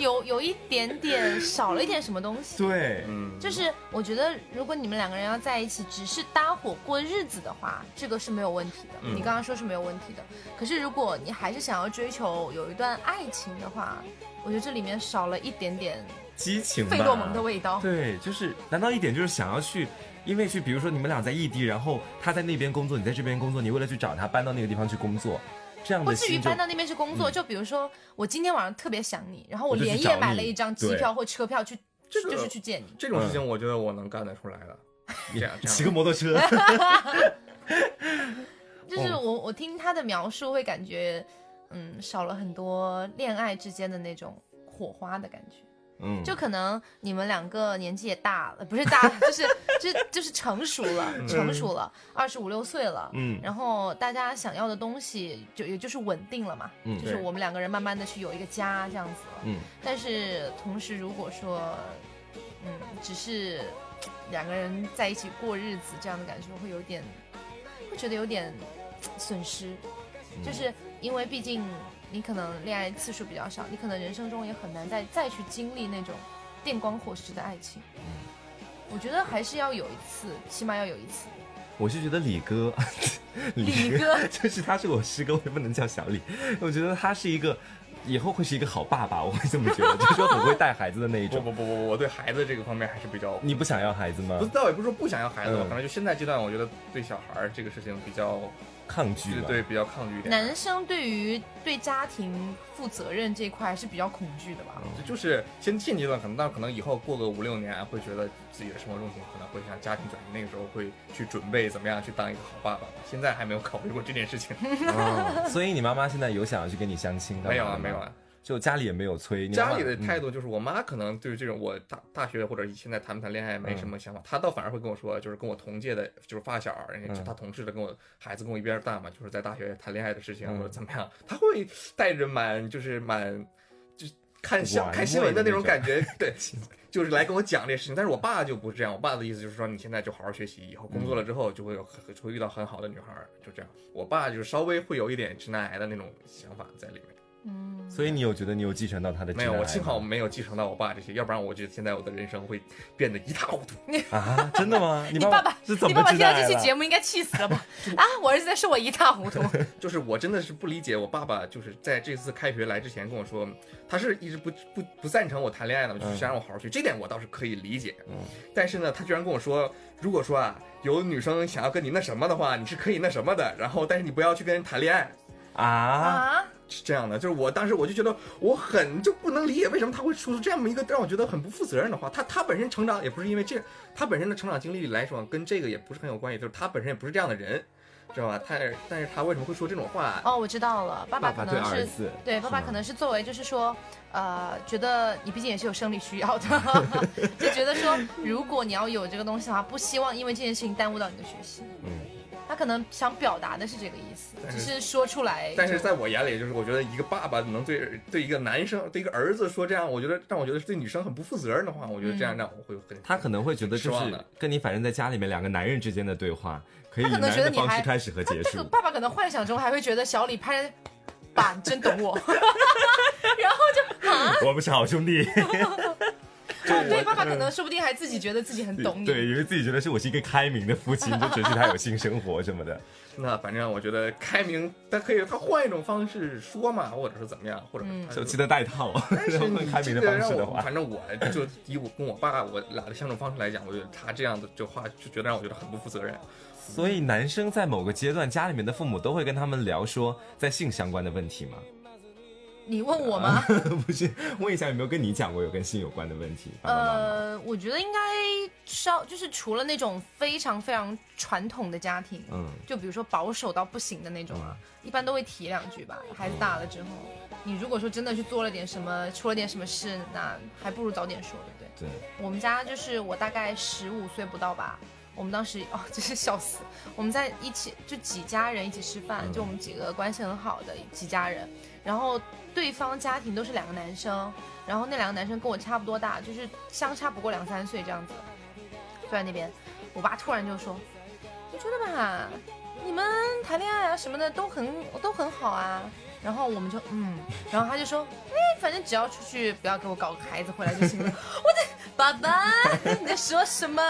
Speaker 1: 有有一点点少了一点什么东西。
Speaker 2: 对，
Speaker 3: 嗯，
Speaker 1: 就是我觉得，如果你们两个人要在一起，只是搭伙过日子的话，这个是没有问题的。
Speaker 3: 嗯
Speaker 1: 你刚刚说是没有问题的，可是如果你还是想要追求有一段爱情的话，我觉得这里面少了一点点
Speaker 2: 激情吧
Speaker 1: 费洛蒙的味道。
Speaker 2: 对，就是难道一点就是想要去，因为去，比如说你们俩在异地，然后他在那边工作，你在这边工作，你为了去找他搬到那个地方去工作，这样
Speaker 1: 不
Speaker 2: 的
Speaker 1: 至于
Speaker 2: 心就
Speaker 1: 搬到那边去工作，就比如说我今天晚上特别想你，然后我
Speaker 2: 我就去
Speaker 1: 连
Speaker 2: 找
Speaker 1: 夜
Speaker 2: 你
Speaker 1: 买了一张机
Speaker 2: 对哦
Speaker 1: 票或车票去，
Speaker 3: 这个
Speaker 1: 就是去见
Speaker 2: 嗯
Speaker 1: 你。
Speaker 3: 这种事情，我觉得我能干得出来
Speaker 2: [laughs]
Speaker 3: 的。这样这样
Speaker 2: 骑个摩托车。
Speaker 1: 就是我我听他的描述会感觉，嗯，少了很多恋爱之间的那种火花的感觉。
Speaker 2: 嗯，
Speaker 1: 就可能你们两个年纪也大了，不是大，就是就是就是成熟了，成熟了，二十五六岁了，
Speaker 2: 嗯
Speaker 1: 然后大家想要的东西就也就是稳定了嘛，
Speaker 2: 嗯
Speaker 1: 就是
Speaker 3: 对
Speaker 1: 我们两个人慢慢的去有一个家这样子了，
Speaker 2: 嗯，
Speaker 1: 但是同时如果说，嗯，只是两个人在一起过日子这样的感觉，会有点，会觉得有点损失，
Speaker 3: 嗯
Speaker 1: 就是因为毕竟你可能恋爱次数比较少，你可能人生中也很难再再去经历那种电光火石的爱情。
Speaker 3: 嗯
Speaker 1: 我觉得还是要有一次，起码要有一次。
Speaker 2: 我是觉得李哥， [laughs]
Speaker 1: 李哥
Speaker 2: 就是他是我师哥，我也不能叫小李。我觉得他是一个以后会是一个好爸爸，我会这么
Speaker 1: [laughs]
Speaker 2: 觉得，就是说很会带孩子的那一
Speaker 3: 不
Speaker 2: 种。
Speaker 3: 不不不不，我对孩子这个方面还是比较
Speaker 2: 你不想要孩子吗
Speaker 3: 不，？倒也不是说不想要孩子吧，
Speaker 2: 嗯
Speaker 3: 反正就现在阶段，我觉得对小孩儿这个事情比较
Speaker 2: 抗拒
Speaker 3: 对
Speaker 2: 吧？
Speaker 3: 对比较抗拒一点。
Speaker 1: 男生对于对家庭负责任这一块还是比较恐惧的吧？
Speaker 3: 就就是先现阶段可能，但可能以后过个五六年，会觉得自己的生活重心可能会向家庭转移，那个时候会去准备怎么样去当一个好爸爸。现在还没有考虑过这件事情， [laughs]
Speaker 2: 哦所以你妈妈现在有想要去跟你相亲？
Speaker 3: 没有啊，没有啊。。
Speaker 2: 就家里也没有催。你妈
Speaker 3: 家
Speaker 2: 妈
Speaker 3: 里的
Speaker 2: 嗯
Speaker 3: 态度就是，我妈可能对于这种我大大学或者现在谈不谈恋爱
Speaker 2: 嗯
Speaker 3: 没什么想法，她倒反而会跟我说，就是跟我同届的，就是发小，人家
Speaker 2: 嗯
Speaker 3: 就她同事的，跟我孩子跟我一边大嘛，就是在大学谈恋爱的事情
Speaker 2: 嗯
Speaker 3: 或者怎么样，她会带着满就是满就是看
Speaker 2: 玩
Speaker 3: 像
Speaker 2: 味
Speaker 3: 看新闻的
Speaker 2: 的
Speaker 3: 那
Speaker 2: 那种
Speaker 3: 种
Speaker 2: [laughs]
Speaker 3: 感觉，对，就是来跟我讲这事情。但是我爸就不是这样，我爸的意思就是说，你现在就好好学习，以后工
Speaker 2: 嗯
Speaker 3: 作了之后就会有很会遇到很好的女孩儿，就这样。我爸就是稍微会有一点直男癌的那种想法在里面。
Speaker 1: 嗯，
Speaker 2: 所以你有觉得你有继承到他的直
Speaker 3: 没
Speaker 2: 男癌
Speaker 3: 有，
Speaker 2: 吗？
Speaker 3: 我幸好没有继承到我爸这些，要不然我觉得现在我的人生会变得一塌糊涂。 [laughs]
Speaker 2: 啊，真
Speaker 1: [laughs]
Speaker 2: 的吗？你
Speaker 1: 你
Speaker 2: 爸
Speaker 1: 爸爸，
Speaker 2: 是怎
Speaker 1: 你
Speaker 2: 么
Speaker 1: 爸爸
Speaker 2: 直
Speaker 1: 听
Speaker 2: 男
Speaker 1: 到
Speaker 2: 癌
Speaker 1: 这期
Speaker 2: 了
Speaker 1: 节目应该气死了
Speaker 2: [laughs]
Speaker 1: 吧？啊，我儿子在说我一塌糊涂。
Speaker 3: 就是我真的是不理解，我爸爸就是在这次开学来之前跟我说，他是一直不不不赞成我谈恋爱的嘛，就是想让我好好学，这点我倒是可以理解。
Speaker 2: 嗯
Speaker 3: 但是呢，他居然跟我说，如果说啊有女生想要跟你那什么的话，你是可以那什么的，然后但是你不要去跟人谈恋爱。
Speaker 2: [laughs] 啊？
Speaker 1: 啊，
Speaker 3: 是这样的，就是我当时我就觉得我很就不能理解为什么他会说出这么一个让我觉得很不负责任的话。他他本身成长也不是因为这，他本身的成长经历来说跟这个也不是很有关系，就是他本身也不是这样的人，知道吧？他但是他为什么会说这种话？
Speaker 1: 哦，我知道了，爸
Speaker 2: 爸
Speaker 1: 可
Speaker 2: 爸对
Speaker 1: 能
Speaker 2: 儿
Speaker 1: 是
Speaker 2: 子，
Speaker 1: 对，爸爸
Speaker 2: 吗
Speaker 1: 可能是作为就是说，呃，觉得你毕竟也是有生理需要
Speaker 2: [laughs]
Speaker 1: 的，就觉得说，如果你要有这个东西的话，不希望因为这件事情耽误到你的学习。
Speaker 2: 嗯，
Speaker 1: 他可能想表达的是这个意思，
Speaker 3: 但
Speaker 1: 只
Speaker 3: 是
Speaker 1: 是说出来。
Speaker 3: 但是在我眼里，就是我觉得一个爸爸能对对一个男生对一个儿子说这样，我觉得让我觉得是对女生很不负责任的话，我觉得这样让我会很
Speaker 2: 他可能会觉得
Speaker 3: 失
Speaker 2: 就
Speaker 3: 望
Speaker 2: 是
Speaker 3: 的
Speaker 2: 跟你反正在家里面两个男人之间的对话，可以以
Speaker 1: 他可能
Speaker 2: 男
Speaker 1: 觉得
Speaker 2: 人的
Speaker 1: 你
Speaker 2: 方式
Speaker 1: 还
Speaker 2: 开始和结
Speaker 1: 这个
Speaker 2: 束。
Speaker 1: 爸爸可能幻想中还会觉得小李拍人，
Speaker 2: [laughs]
Speaker 1: 爸，你真懂我。然后就
Speaker 2: 我们是好兄弟，就我
Speaker 1: [laughs]
Speaker 2: 嗯
Speaker 1: 对，爸爸可能说不定还自己觉得自己很懂你。
Speaker 2: 对，因为自己觉得是我是一个开明的
Speaker 3: [laughs]
Speaker 2: 父亲，就准许他有性生活什么的。
Speaker 3: 那反正我觉得开明，他可以他换一种方式说嘛，或者是怎么样，或者是他
Speaker 2: 就记得带套，
Speaker 3: [laughs] 但
Speaker 2: [laughs]
Speaker 3: 是你
Speaker 2: 问开明的
Speaker 3: 这个
Speaker 2: 方式
Speaker 3: 让
Speaker 2: 的
Speaker 3: 我
Speaker 2: 话，
Speaker 3: 反正我就以我跟我爸我俩的相处方式来讲，我觉得他这样子就话就觉得让我觉得很不负责任。
Speaker 2: 所以男生在某个阶段，家里面的父母都会跟他们聊说在性相关的问题
Speaker 3: [laughs]
Speaker 2: 吗？
Speaker 1: 你问我吗？
Speaker 2: 不是，问一下有没有跟你讲过有跟性有关的问题？爸爸妈妈
Speaker 1: 呃，我觉得应该稍就是除了那种非常非常传统的家庭，
Speaker 2: 嗯，
Speaker 1: 就比如说保守到不行的那种啊，一般都会提两句吧。孩子大了之后，你如果说真的去做了点什么，出了点什么事，那还不如早点说，对不对？
Speaker 2: 对，
Speaker 1: 我们家就是我大概十五岁不到吧，我们当时哦， [laughs] 真是笑死！我们在一起就几家人一起吃饭，
Speaker 2: 嗯
Speaker 1: 就我们几个关系很好的几家人，然后对方家庭都是两个男生，然后那两个男生跟我差不多大，就是相差不过两三岁这样子。就在那边，我爸突然就说：“你觉得吧，你们谈恋爱啊什么的都很都很好啊。”然后我们就嗯，然后他就说：“哎，反正只要出去不要给我搞个孩子回来就行了。”爸爸，你在说什么？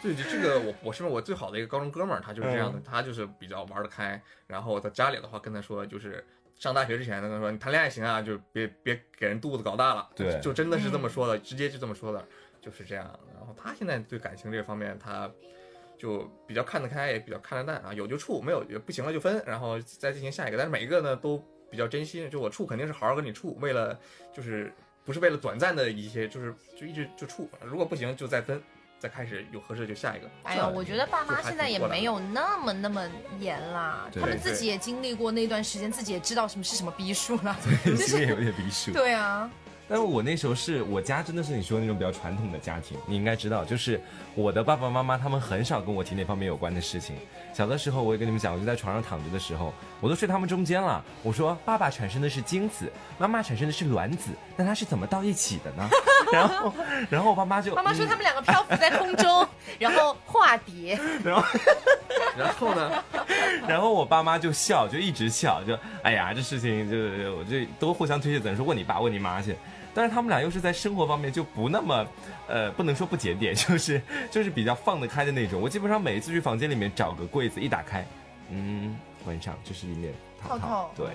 Speaker 3: 对，就这个我我身边我最好的一个高中哥们儿，他就是这样的，
Speaker 2: 嗯
Speaker 3: 他就是比较玩得开。然后在家里的话，跟他说就是上大学之前，跟他说你谈恋爱行啊，就别别给人肚子搞大了。
Speaker 2: 对
Speaker 3: 就就真的是这么说的，直接就这么说的，就是这样。然后他现在对感情这方面，他就比较看得开，也比较看得淡啊，有就处，没有也不行了就分，然后再进行下一个。但是每一个呢都比较真心，就我处肯定是好好跟你处，为了就是不是为了短暂的一些，就是就一直就处，如果不行就再分，再开始有合适就下一个。
Speaker 1: [laughs] 哎
Speaker 3: 这
Speaker 1: 呀，
Speaker 3: 样
Speaker 1: 我觉得爸妈
Speaker 3: 就还
Speaker 1: 现在也
Speaker 3: 挺过来
Speaker 1: 没有那么那么严啦，
Speaker 2: 对
Speaker 1: 他们自己也经历过那段时间，自己也知道什么是什么逼数了。
Speaker 2: [laughs] 心里有点逼数。
Speaker 1: 对啊，
Speaker 2: 但我那时候是我家真的是你说的那种比较传统的家庭，你应该知道，就是我的爸爸妈妈他们很少跟我提那方面有关的事情。小的时候我也跟你们讲，我就在床上躺着的时候，我都睡他们中间了。我说爸爸产生的是精子，妈妈产生的是卵子，那它是怎么到一起的呢？ [laughs] 然后，然后我爸妈就
Speaker 1: 妈妈说
Speaker 2: 嗯
Speaker 1: 他们两个漂浮在空中，然后化
Speaker 3: [laughs]
Speaker 1: 蝶。
Speaker 2: 嗯然后
Speaker 3: 然
Speaker 1: [laughs]
Speaker 3: 后呢，
Speaker 2: 然后我爸妈就笑，就一直笑，就哎呀，这事情就是我这都互相推卸责任，说问你爸问你妈去。但是他们俩又是在生活方面就不那么，呃，不能说不节俭，就是 [laughs] 就是比较放得开的那种。我基本上每一次去房间里面找个柜子一打开，嗯，晚上就是里面
Speaker 1: 套
Speaker 2: 套
Speaker 1: 套
Speaker 2: 对，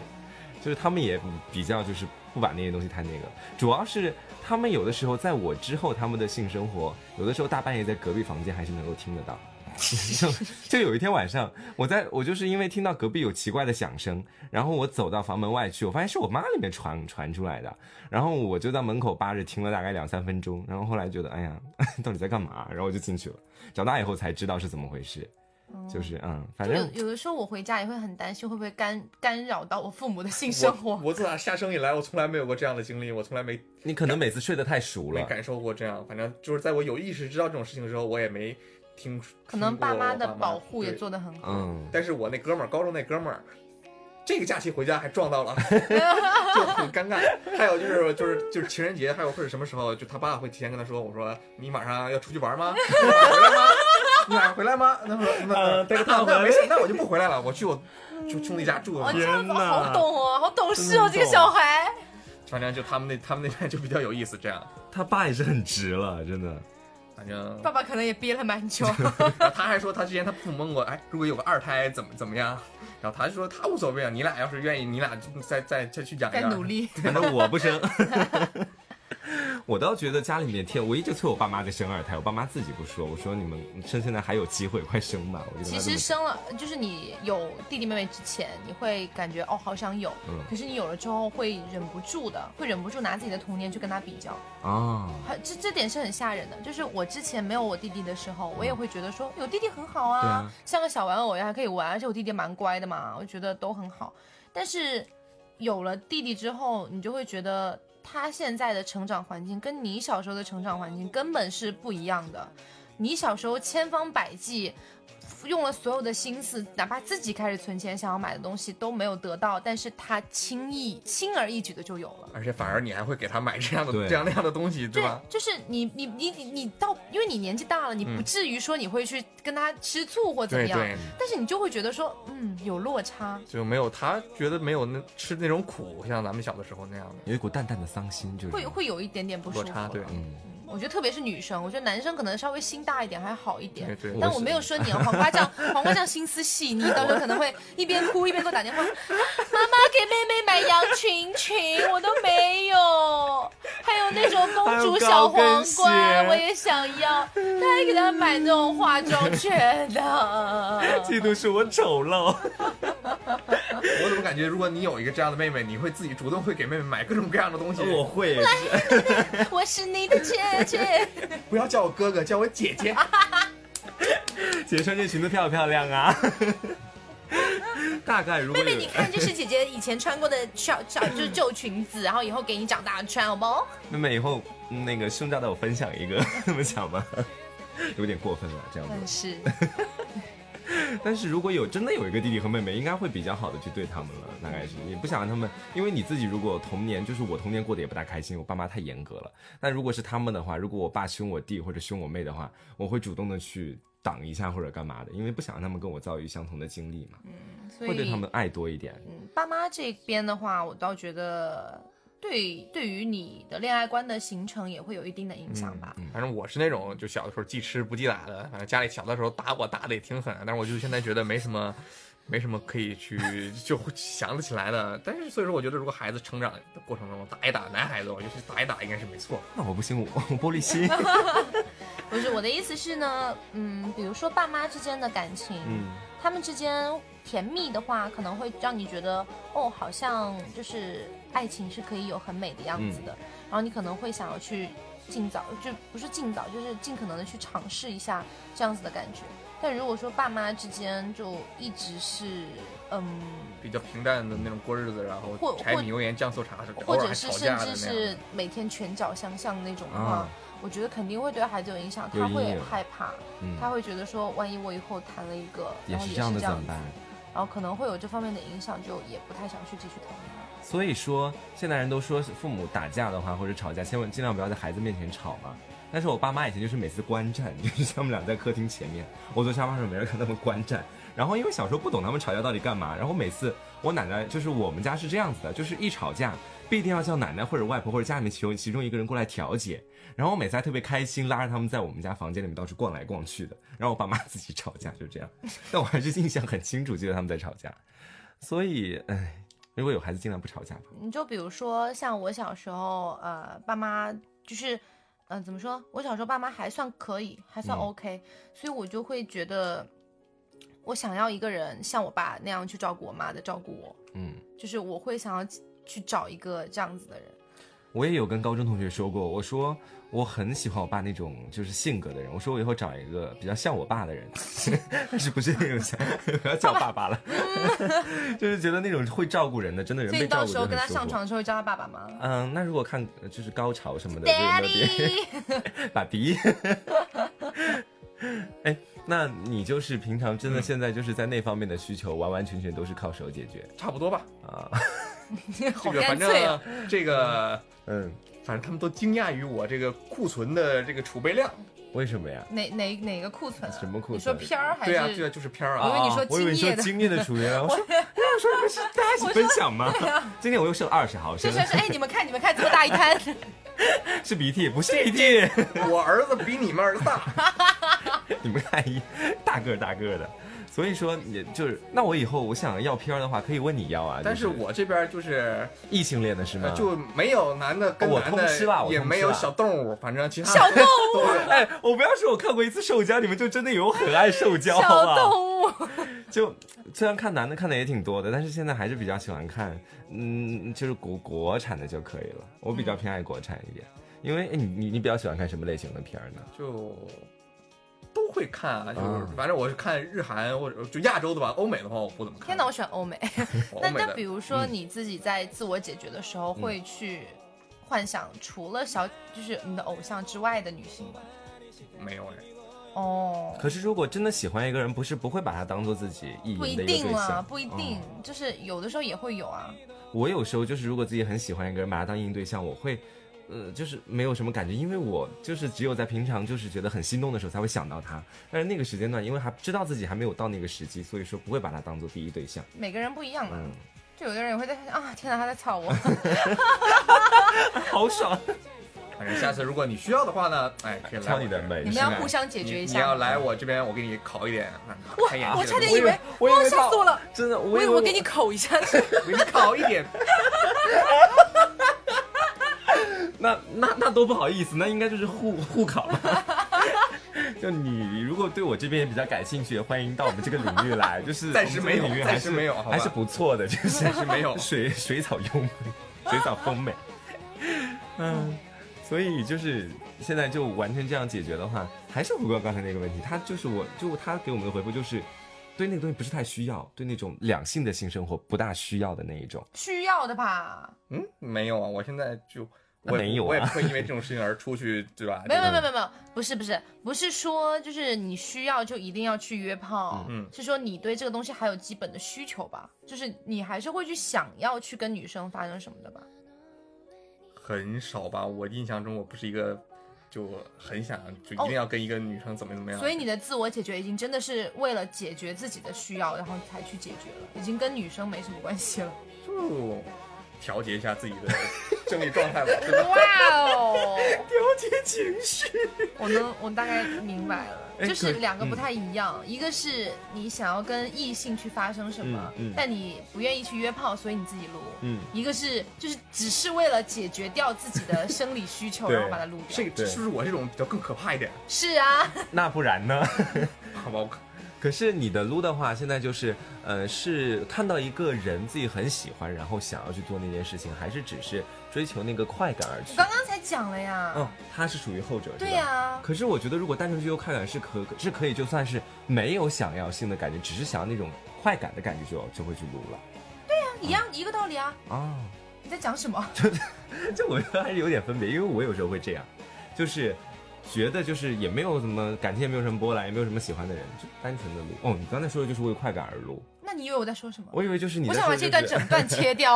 Speaker 2: 就是他们也比较就是不把那些东西太那个，主要是他们有的时候在我之后，他们的性生活有的时候大半夜在隔壁房间还是能够听得到。 [laughs] 就就有一天晚上，我在我就是因为听到隔壁有奇怪的响声，然后我走到房门外去，我发现是我妈里面传传出来的，然后我就在门口扒着听了大概两三分钟，然后后来觉得哎呀， [laughs] 到底在干嘛？然后我就进去了。长大以后才知道是怎么回事，就是嗯，反
Speaker 1: 有
Speaker 2: 正
Speaker 1: 有的时候我回家也会很担心，会不会干干扰到我父母的性生
Speaker 3: 我
Speaker 1: 活？
Speaker 3: 我自打下生以来，我从来没有过这样的经历，我从来没
Speaker 2: 你可能每次睡得太熟
Speaker 3: 没
Speaker 2: 了，
Speaker 3: 感受过这样。反正就是在我有意识知道这种事情的时候，我也没听。
Speaker 1: 可能
Speaker 3: 听过
Speaker 1: 爸妈
Speaker 3: 我
Speaker 1: 的保护也
Speaker 3: 对
Speaker 1: 做得很好。
Speaker 2: 嗯，
Speaker 3: 但是我那哥们儿，高中那哥们儿，这个假期回家还撞
Speaker 1: [laughs]
Speaker 3: 到了，就很尴尬。还有就是就是就是情人节，还有或者什么时候，就他爸会提前跟他说，我说你晚上要出去玩吗？你晚上回来吗？你晚上回
Speaker 2: [laughs]
Speaker 3: 来吗？他说那
Speaker 2: 呃带个
Speaker 3: 那
Speaker 2: 套
Speaker 3: 那
Speaker 2: 回来
Speaker 3: 没事，那我就不回来了，我去我就兄弟家住。
Speaker 1: 哦，这样子
Speaker 2: 天哪
Speaker 1: 好懂哦，好懂事哦，
Speaker 2: 真
Speaker 1: 这个
Speaker 2: 懂
Speaker 1: 小孩。
Speaker 3: 反正就他们那他们那边就比较有意思，这样
Speaker 2: 他爸也是很直了，真的。
Speaker 3: 反正。
Speaker 1: [laughs] 爸爸可能也憋了蛮
Speaker 3: [laughs]
Speaker 1: 久。
Speaker 3: 然后他还说他之前他父母问过，哎，如果有个二胎怎么怎么样？然后他就说他无所谓啊，你俩要是愿意，你俩就再再再去养一
Speaker 1: 在
Speaker 3: 养。
Speaker 1: 努力。
Speaker 2: 反正我不生。 [laughs] 我倒觉得家里面天，我一直催我爸妈在生二胎，我爸妈自己不说，我说你们生现在还有机会，快生吧。我就
Speaker 1: 其
Speaker 2: 跟他这
Speaker 1: 实
Speaker 2: 么说
Speaker 1: 生了，就是你有弟弟妹妹之前，你会感觉哦，好想有。
Speaker 2: 嗯
Speaker 1: 可是你有了之后，会忍不住的，会忍不住拿自己的童年去跟他比较，
Speaker 2: 啊，
Speaker 1: 很这这点是很吓人的。就是我之前没有我弟弟的时候，我也会觉得说有弟弟很好啊，
Speaker 2: 嗯对啊
Speaker 1: 像个小玩偶一样还可以玩，而且我弟弟蛮乖的嘛，我觉得都很好。但是有了弟弟之后，你就会觉得他现在的成长环境跟你小时候的成长环境根本是不一样的。你小时候千方百计。用了所有的心思，哪怕自己开始存钱想要买的东西都没有得到，但是他轻易轻而易举的就有了。
Speaker 3: 而且反而你还会给他买这样的
Speaker 2: 对
Speaker 3: 这样那样的东西，对
Speaker 1: 对
Speaker 3: 吧？，
Speaker 1: 就是你你你你你到，因为你年纪大了，你不至于说你会去跟他吃醋或怎么
Speaker 3: 对
Speaker 1: 样，
Speaker 3: 对，
Speaker 1: 但是你就会觉得说，嗯，有落差。
Speaker 3: 就没有他觉得没有那吃那种苦，像咱们小的时候那样的
Speaker 2: 有一股淡淡的丧心，就是
Speaker 1: 会会有一点点不舒
Speaker 3: 落
Speaker 1: 服
Speaker 3: 差，
Speaker 1: 了。
Speaker 3: 对，
Speaker 2: 嗯，
Speaker 1: 我觉得特别是女生，我觉得男生可能稍微心大一点还好一
Speaker 3: 对
Speaker 1: 点。
Speaker 3: 对。
Speaker 1: 但
Speaker 2: 我
Speaker 1: 我
Speaker 2: 是
Speaker 1: 没有说
Speaker 2: [laughs]
Speaker 1: 你啊，黄瓜酱，黄瓜酱心思细腻，到时候可能会一边哭一边给我打电话，妈妈给妹妹买羊群裙，我都没有，还有那种公主小皇
Speaker 3: 还有
Speaker 1: 冠，
Speaker 3: 高跟鞋
Speaker 1: 我也想要，他还给她买那种化妆圈的，
Speaker 2: 妒是我丑陋。
Speaker 3: 我怎么感觉，如果你有一个这样的妹妹，你会自己主动会给妹妹买各种各样的东西？
Speaker 2: [laughs]
Speaker 1: [laughs]
Speaker 2: 我会，
Speaker 1: 我是你的姐姐。
Speaker 3: 不要叫我哥哥，叫我姐姐。
Speaker 2: 姐穿这裙子漂不漂亮啊？ [laughs] 大概如果
Speaker 1: 妹
Speaker 2: 有
Speaker 1: 妹，你看，这是姐姐以前穿过的小小就是旧裙子，然后以后给你长大穿，好不好？
Speaker 2: 妹妹以后嗯那个胸罩带我分享一个， [laughs] 这么讲吧，有点过分了这样
Speaker 1: 但
Speaker 2: 子。
Speaker 1: 是，
Speaker 2: 但是如果有真的有一个弟弟和妹妹，应该会比较好的去对他们了，大概是你不想让他们，因为你自己如果童年就是我童年过得也不大开心，我爸妈太严格了。但如果是他们的话，如果我爸凶我弟或者凶我妹的话，我会主动的去挡一下或者干嘛的，因为不想让他们跟我遭遇相同的经历嘛，
Speaker 1: 所
Speaker 2: 会对他
Speaker 1: 以
Speaker 2: 们爱多一点。
Speaker 1: 爸妈这边的话，我倒觉得对对于你的恋爱观的形成也会有一定的影响吧。
Speaker 3: [laughs] 反正我是那种就小的时候记吃不记打的，反正家里小的时候打我打的也挺狠，但是我就现在觉得没什么，没什么可以去就想得起来的。但是所以说，我觉得如果孩子成长的过程中打一打男孩子，我觉得打一打应该是没错。
Speaker 2: 那我不行，我我玻璃心。
Speaker 1: 不是我的意思是呢，嗯，比如说爸妈之间的感情，
Speaker 2: 嗯，
Speaker 1: 他们之间嗯甜蜜的话，可能会让你觉得哦，好像就是爱情是可以有很美的样子的，然后你可能会想要去尽早，就不是尽早，就是尽可能的去尝试一下这样子的感觉。但如果说爸妈之间就一直是嗯，
Speaker 3: 比较平淡的那种过日子，然
Speaker 1: 或
Speaker 3: 后柴米油盐酱醋茶是偶
Speaker 1: 或
Speaker 3: 尔
Speaker 1: 者
Speaker 3: 还
Speaker 1: 是
Speaker 3: 吵
Speaker 1: 甚
Speaker 3: 架的
Speaker 1: 至
Speaker 3: 那样
Speaker 1: 是。每天拳脚相向那种的话，
Speaker 2: 啊
Speaker 1: 我觉得肯定会对孩子有影响，
Speaker 2: 有
Speaker 1: 他
Speaker 2: 阴
Speaker 1: 会
Speaker 2: 影
Speaker 1: 害怕，
Speaker 2: 嗯
Speaker 1: 他会觉得说，万一我以后谈了一个，
Speaker 2: 也
Speaker 1: 然后
Speaker 2: 是
Speaker 1: 也
Speaker 2: 这样的
Speaker 1: 是这
Speaker 2: 怎
Speaker 1: 样
Speaker 2: 么
Speaker 1: 子
Speaker 2: 办？
Speaker 1: 然后可能会有这方面的影响，就也不太想去继续谈恋爱。
Speaker 2: 所以说，现在人都说父母打架的话或者吵架，千万尽量不要在孩子面前吵嘛。但是我爸妈以前就是每次观战， [laughs] 就是他们俩在客厅前面，我坐沙发上没人看他们观战。然后因为小时候不懂他们吵架到底干嘛，然后每次我奶奶就是我们家是这样子的，就是一吵架必定要叫奶奶或者外婆或者家里面其中 [laughs] 其中一个人过来调解。然后我每次还特别开心，拉着他们在我们家房间里面到处逛来逛去的，然后我爸妈自己吵架就这样。但我还是印象很清楚，记得他们在吵架。所以，唉，如果有孩子，尽量不吵架吧。
Speaker 1: 你就比如说像我小时候，呃，爸妈就是，嗯、怎么说？我小时候爸妈还算可以，还算
Speaker 2: 嗯
Speaker 1: OK，、所以我就会觉得，我想要一个人像我爸那样去照顾我妈的照顾我，
Speaker 2: 嗯，
Speaker 1: 就是我会想要去找一个这样子的人。
Speaker 2: 我也有跟高中同学说过，我说我很喜欢我爸那种就是性格的人，我说我以后找一个比较像我爸的人， [laughs] 但是不是那种像不要叫爸爸了，就是觉得那种会照顾人的，真的人
Speaker 1: 所以
Speaker 2: 被
Speaker 1: 你
Speaker 2: 照
Speaker 1: 到
Speaker 2: 顾
Speaker 1: 时
Speaker 2: 得
Speaker 1: 候跟
Speaker 2: 很
Speaker 1: 他
Speaker 2: 舒
Speaker 1: 上
Speaker 2: 服
Speaker 1: 床的时候会叫他爸爸吗
Speaker 2: [laughs] 嗯，那如果看呃就是高潮什么的，就有没有别
Speaker 1: ？Daddy，
Speaker 2: [laughs] 爸比？哎，那你就是平常真的现在就是在那方面的需求，完完全全都是靠手解决
Speaker 3: 差不多吧，
Speaker 2: 啊？
Speaker 1: 好
Speaker 3: 这个
Speaker 1: 干
Speaker 3: 反
Speaker 1: 脆啊！
Speaker 3: 正 [laughs] 这个
Speaker 2: 嗯，
Speaker 3: 反正他们都惊讶于我这个库存的这个储备量。
Speaker 2: 为什么呀？
Speaker 1: 哪哪哪个库存啊？
Speaker 2: 什么库存
Speaker 1: 你说片儿还
Speaker 3: 对啊，对啊，
Speaker 1: 是？
Speaker 3: 就是片儿
Speaker 1: 因
Speaker 3: 啊
Speaker 1: 为。你说
Speaker 2: 哦我以为你
Speaker 1: 精
Speaker 2: 说
Speaker 1: 液的
Speaker 2: 经验的
Speaker 1: [laughs]
Speaker 2: 主角，我说我说你们是大家一起分享吗？今天我又瘦了二十毫
Speaker 1: 就
Speaker 2: 升
Speaker 1: [laughs] [laughs] 是，是哎，你们看，你们看，这么大一
Speaker 2: [laughs]
Speaker 1: 滩。
Speaker 2: 是鼻涕不是鼻涕，
Speaker 3: [laughs] 我儿子比你们儿子大。
Speaker 2: [laughs] 你们看一大个儿大个儿的。所以说，你就是那我以后我想要片儿的话，可以问你要啊。
Speaker 3: 但
Speaker 2: 就是
Speaker 3: 我这边
Speaker 2: [laughs]
Speaker 3: 就是
Speaker 2: 异性恋的是
Speaker 3: 呃
Speaker 2: 吗？
Speaker 3: 就没有男的
Speaker 2: 嗯
Speaker 3: 跟
Speaker 2: 哦我
Speaker 3: 男
Speaker 2: 通吃了
Speaker 3: 的，
Speaker 2: 我
Speaker 3: 也
Speaker 2: 通
Speaker 3: 没
Speaker 2: 吃
Speaker 3: 有
Speaker 2: 了
Speaker 3: 小动物，反正其他
Speaker 1: 小
Speaker 3: 的
Speaker 1: 动啊
Speaker 3: [laughs] 都有
Speaker 2: 哎，我不要说我看过一次兽交，你们就真的有很爱兽交好不
Speaker 1: 小
Speaker 2: 好？
Speaker 1: 动物，
Speaker 2: 就虽然看男的看的也挺多的，但是现在还是比较喜欢看，嗯，就是国国产的就可以了。我比较偏爱国产一点，因为哎你你你比较喜欢看什么类型的片儿呢？
Speaker 3: 就都会看啊，就是
Speaker 2: 啊
Speaker 3: 反正我是看日韩或者就亚洲的吧，欧美的话我不怎么看。
Speaker 1: 天哪，我选欧美。
Speaker 3: 我
Speaker 1: 那
Speaker 3: 欧美
Speaker 1: 那
Speaker 3: 的
Speaker 1: 比如说
Speaker 2: 嗯
Speaker 1: 你自己在自我解决的时候，会去幻想除了小就是你的偶像之外的女性吗？
Speaker 3: 没有哎，
Speaker 1: 哦，
Speaker 2: 可是如果真的喜欢一个人，不是不会把他当做自己意淫
Speaker 1: 不
Speaker 2: 的
Speaker 1: 一
Speaker 2: 一个
Speaker 1: 定
Speaker 2: 对
Speaker 1: 啦，
Speaker 2: 象，
Speaker 1: 不一定，
Speaker 2: 嗯
Speaker 1: 就是有的时候也会有啊。
Speaker 2: 我有时候就是，如果自己很喜欢一个人，把他当意淫对象，我会，呃，就是没有什么感觉，因为我就是只有在平常就是觉得很心动的时候才会想到他。但是那个时间段，因为还知道自己还没有到那个时机，所以说不会把他当做第一对象。
Speaker 1: 每个人不一样嘛， [laughs]
Speaker 2: 嗯，
Speaker 1: 就有的人也会在想啊，天哪，他在操我，
Speaker 2: 好 [laughs] 爽，
Speaker 3: 反正下次如果你需要的话呢，哎，可以来
Speaker 2: 挑
Speaker 3: 我
Speaker 2: 你
Speaker 3: 这
Speaker 2: 的
Speaker 3: 儿
Speaker 2: 眉
Speaker 1: 你们要互相解决一
Speaker 3: 你你要
Speaker 1: 下。
Speaker 3: 来我这边，我给你烤一点，啊
Speaker 1: 我
Speaker 3: 开眼界的
Speaker 1: 我差点
Speaker 3: 东
Speaker 1: 以
Speaker 3: 西
Speaker 1: 为，
Speaker 2: 我以为
Speaker 1: 哇，吓死我了！
Speaker 2: 真的，我
Speaker 1: 我以
Speaker 2: 以
Speaker 1: 为
Speaker 2: 为
Speaker 1: 我给你口一
Speaker 2: [laughs]
Speaker 1: 下，
Speaker 3: 我给你烤一点，
Speaker 2: 那那那多不好意思，那应该就是互互考了。 [laughs] 就你如果对我这边也比较感兴趣，欢迎到我们这个领域来。就是
Speaker 3: 暂时没有
Speaker 2: 我们这个领域还
Speaker 3: 暂时
Speaker 2: 是
Speaker 3: 没有好吧
Speaker 2: 还是不错的，就是
Speaker 3: 暂时没有
Speaker 2: 水水草优美，水草丰美。嗯，所以就是现在就完全这样解决的话，还是回归到刚才那个问题，他就是我就他给我们的回复就是，对那个东西不是太需要，对那种两性的性生活不大需要的那一种。
Speaker 1: 需要的吧？
Speaker 3: 嗯，没有啊，我现在就我也
Speaker 2: 没有啊
Speaker 3: 我也不会因为这种事情而出去，对吧？
Speaker 1: [laughs] 没有没有没有没有没有，不是不是不是说就是你需要就一定要去约炮，
Speaker 3: 嗯
Speaker 1: 是说你对这个东西还有基本的需求吧？就是你还是会去想要去跟女生发生什么的吧？
Speaker 3: 很少吧，我印象中我不是一个就很想就一定要跟一个女生怎么怎么样，
Speaker 1: 哦所以你的自我解决已经真的是为了解决自己的需要，然后才去解决了，已经跟女生没什么关系了。
Speaker 3: 就调节一下自己的 [laughs] 生理状态吧，对吧？
Speaker 1: 哇哦，
Speaker 2: 调节情绪。
Speaker 1: 我能我大概明白了，
Speaker 2: 哎
Speaker 1: 就是
Speaker 2: 可
Speaker 1: 两个不太一样，一个是你想要跟异性去发生什么，
Speaker 2: 嗯嗯
Speaker 1: 但你不愿意去约炮，所以你自己撸。
Speaker 2: 嗯，
Speaker 1: 一个是就是只是为了解决掉自己的生理需求，
Speaker 2: [laughs] 对
Speaker 1: 然后把它撸掉
Speaker 3: 这。个这是不是我这种比较更可怕一点？
Speaker 1: 是啊， [laughs]
Speaker 2: 那不然呢？
Speaker 3: 好吧，我
Speaker 2: 可是你的撸的话，现在就是，呃，是看到一个人自己很喜欢，然后想要去做那件事情，还是只是追求那个快感而
Speaker 1: 我
Speaker 2: 去？
Speaker 1: 刚刚才讲了呀。
Speaker 2: 嗯，啊他是属于后者，是吧
Speaker 1: 对啊呀
Speaker 2: 可是我觉得，如果单纯追求快感是可是可以，就算是没有想要性的感觉，只是想要那种快感的感觉就，就会去撸
Speaker 1: 一样一个道理啊。
Speaker 2: 了啊。
Speaker 1: 你在讲什么？
Speaker 2: [laughs] 这我觉得还是有点分别，因为我有时候会这样，就是觉得就是也没有什么感情，也没有什么波澜，也没有什么喜欢的人，就单纯的撸。哦，你刚才说的就是为快感而撸，
Speaker 1: 那你以为我在说什么？
Speaker 2: 我以为就是你
Speaker 1: 我
Speaker 2: 在
Speaker 1: 想
Speaker 2: 说
Speaker 1: 把
Speaker 2: 的
Speaker 1: 这
Speaker 2: 就
Speaker 1: 段
Speaker 2: 是
Speaker 1: 整段切掉。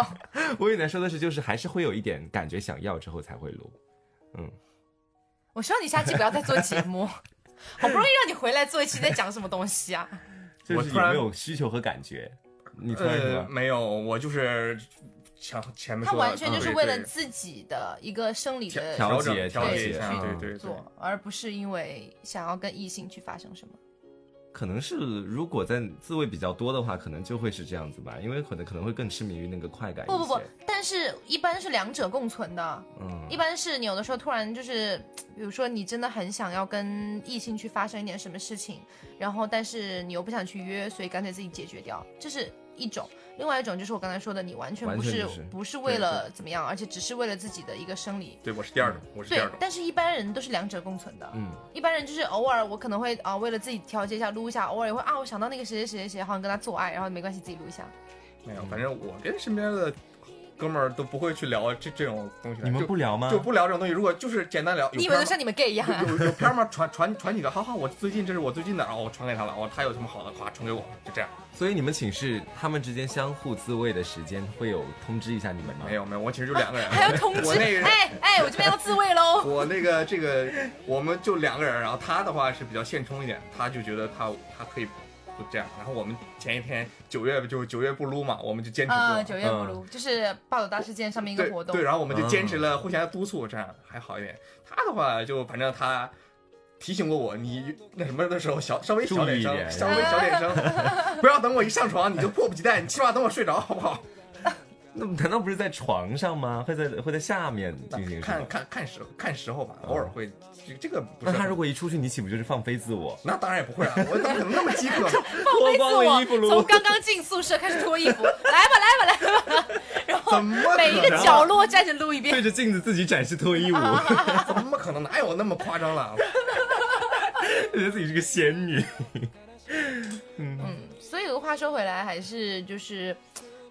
Speaker 2: 我以为说的是，就是还是会有一点感觉想要之后才会撸。
Speaker 1: 我希望你下期不要再做节
Speaker 2: [laughs]
Speaker 1: 目，好不容易让你回来做一期，你在讲什么东西啊？
Speaker 2: 就
Speaker 3: 我
Speaker 2: 是
Speaker 3: 突
Speaker 2: 有
Speaker 3: 然
Speaker 2: 没有需求和感觉？你突然什
Speaker 3: 呃
Speaker 2: 么？
Speaker 3: 没有，我就是前前面
Speaker 1: 他
Speaker 3: 说啊
Speaker 1: 完全就是
Speaker 3: 对
Speaker 1: 为了
Speaker 3: 对
Speaker 1: 自己的一个生理
Speaker 3: 调
Speaker 1: 的
Speaker 2: 调
Speaker 3: 整
Speaker 2: 节嗯
Speaker 3: 调
Speaker 1: 对
Speaker 3: 节一下，
Speaker 1: 去
Speaker 3: 对对对。
Speaker 1: 做，而不是因为想要跟异性去发生什么。
Speaker 2: 可能是如果在自慰比较多的话，可能就会是这样子吧，因为可能可能会更痴迷于那个快感。
Speaker 1: 不不不，，但是一般是两者共存的。
Speaker 2: 嗯
Speaker 1: 一般是你有的时候突然就是，比如说你真的很想要跟异性去发生一点什么事情，然后但是你又不想去约，所以干脆自己解决掉，这是一种。另外一种就是我刚才说的，你完全
Speaker 2: 完
Speaker 1: 不
Speaker 2: 全
Speaker 1: 是
Speaker 2: 就是
Speaker 1: 不是为了怎么样，而且只是为了自己的一个生理。
Speaker 3: 对，我是第二种，我是第
Speaker 1: 对
Speaker 3: 二种，。
Speaker 1: 但是一般人都是两者共存的。
Speaker 2: 嗯，
Speaker 1: 一般人就是偶尔我可能会啊，为了自己调节一下撸一下，偶尔也会啊，我想到那个谁谁谁谁谁，好想跟他做爱，然后没关系自己撸一下。
Speaker 3: 没有，反正我跟身边的哥们儿都不会去聊这这种东西的。
Speaker 2: 你们
Speaker 3: 就
Speaker 2: 不聊吗？
Speaker 3: 就不聊这种东西，如果就是简单聊，有
Speaker 1: 你以为
Speaker 3: 片儿
Speaker 1: 都
Speaker 3: 吗
Speaker 1: 像你们 gay 一样啊？
Speaker 3: 有有有片儿吗？传传传几个，好好，我最近这是我最近的，然后我传给他了，哦，他有什么好的，夸传给我，就这样。
Speaker 2: 所以你们寝室他们之间相互自慰的时间会有通知一下你们吗？
Speaker 3: 没，有没有，我寝室就两个
Speaker 1: [laughs]
Speaker 3: 人，
Speaker 1: 还要通知？
Speaker 3: 我那个
Speaker 1: 哎哎，我这边要自慰喽！
Speaker 3: 我那个这个，我们就两个人，然后他的话是比较现充一点，他就觉得他他可以不这样，然后我们前一天九月就九月不撸嘛，我们就坚持撸
Speaker 1: 啊，
Speaker 3: 嘛。
Speaker 1: 九月不撸，就是暴走大事件上面一个
Speaker 3: 对
Speaker 1: 活动
Speaker 3: 对，。然后我们就坚持
Speaker 2: 嗯
Speaker 3: 了，互相督促，这样还好一点。他的话就反正他提醒过我，你那什么的时候小稍微小点
Speaker 2: 注意一
Speaker 3: 声，
Speaker 2: 点
Speaker 3: 稍微小点声，不要等我一上床你就迫不及待，你起码等我睡着好不好？
Speaker 2: 那难道不是在床上吗？会在会在下面
Speaker 3: 那
Speaker 2: 进行什
Speaker 3: 看
Speaker 2: 么？
Speaker 3: 看看时看时候吧，偶尔会这这个不
Speaker 2: 那
Speaker 3: 是
Speaker 2: 他
Speaker 3: 很。
Speaker 2: 如果一出去，你岂不就是放飞自我？
Speaker 3: 那当然也不会啊，我怎么可能那么饥渴呢？
Speaker 2: 脱光了衣服
Speaker 1: 从
Speaker 2: 撸，
Speaker 1: 刚刚进宿舍开始脱衣服，来吧来吧来吧，然后
Speaker 3: [laughs] 怎么可能啊
Speaker 1: 每一个角落站着撸一遍
Speaker 2: 对。着镜子自己展
Speaker 1: [laughs]
Speaker 2: 示脱衣舞，
Speaker 3: [laughs] 怎么可能？哪有那么夸张了？
Speaker 2: 觉得自己是个仙女。
Speaker 1: 嗯，所以话说回来，还是就是，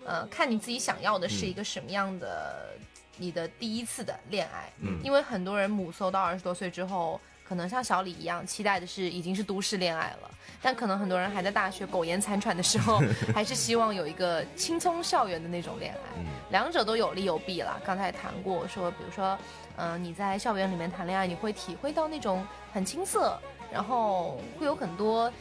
Speaker 1: 呃，看你自己想要的是一个什么样的、你的第一次的恋爱。
Speaker 2: 嗯
Speaker 1: 因为很多人母搜到二十多岁之后，可能像小李一样，期待的是已经是都市恋爱了，但可能很多人还在大学苟延残喘的时
Speaker 2: [laughs]
Speaker 1: 候，还是希望有一个青葱校园的那种恋爱。
Speaker 2: 嗯
Speaker 1: 两者都有利有弊啦。刚才谈过说，比如说，嗯、你在校园里面谈恋爱，你会体会到那种很青涩，然后会有很多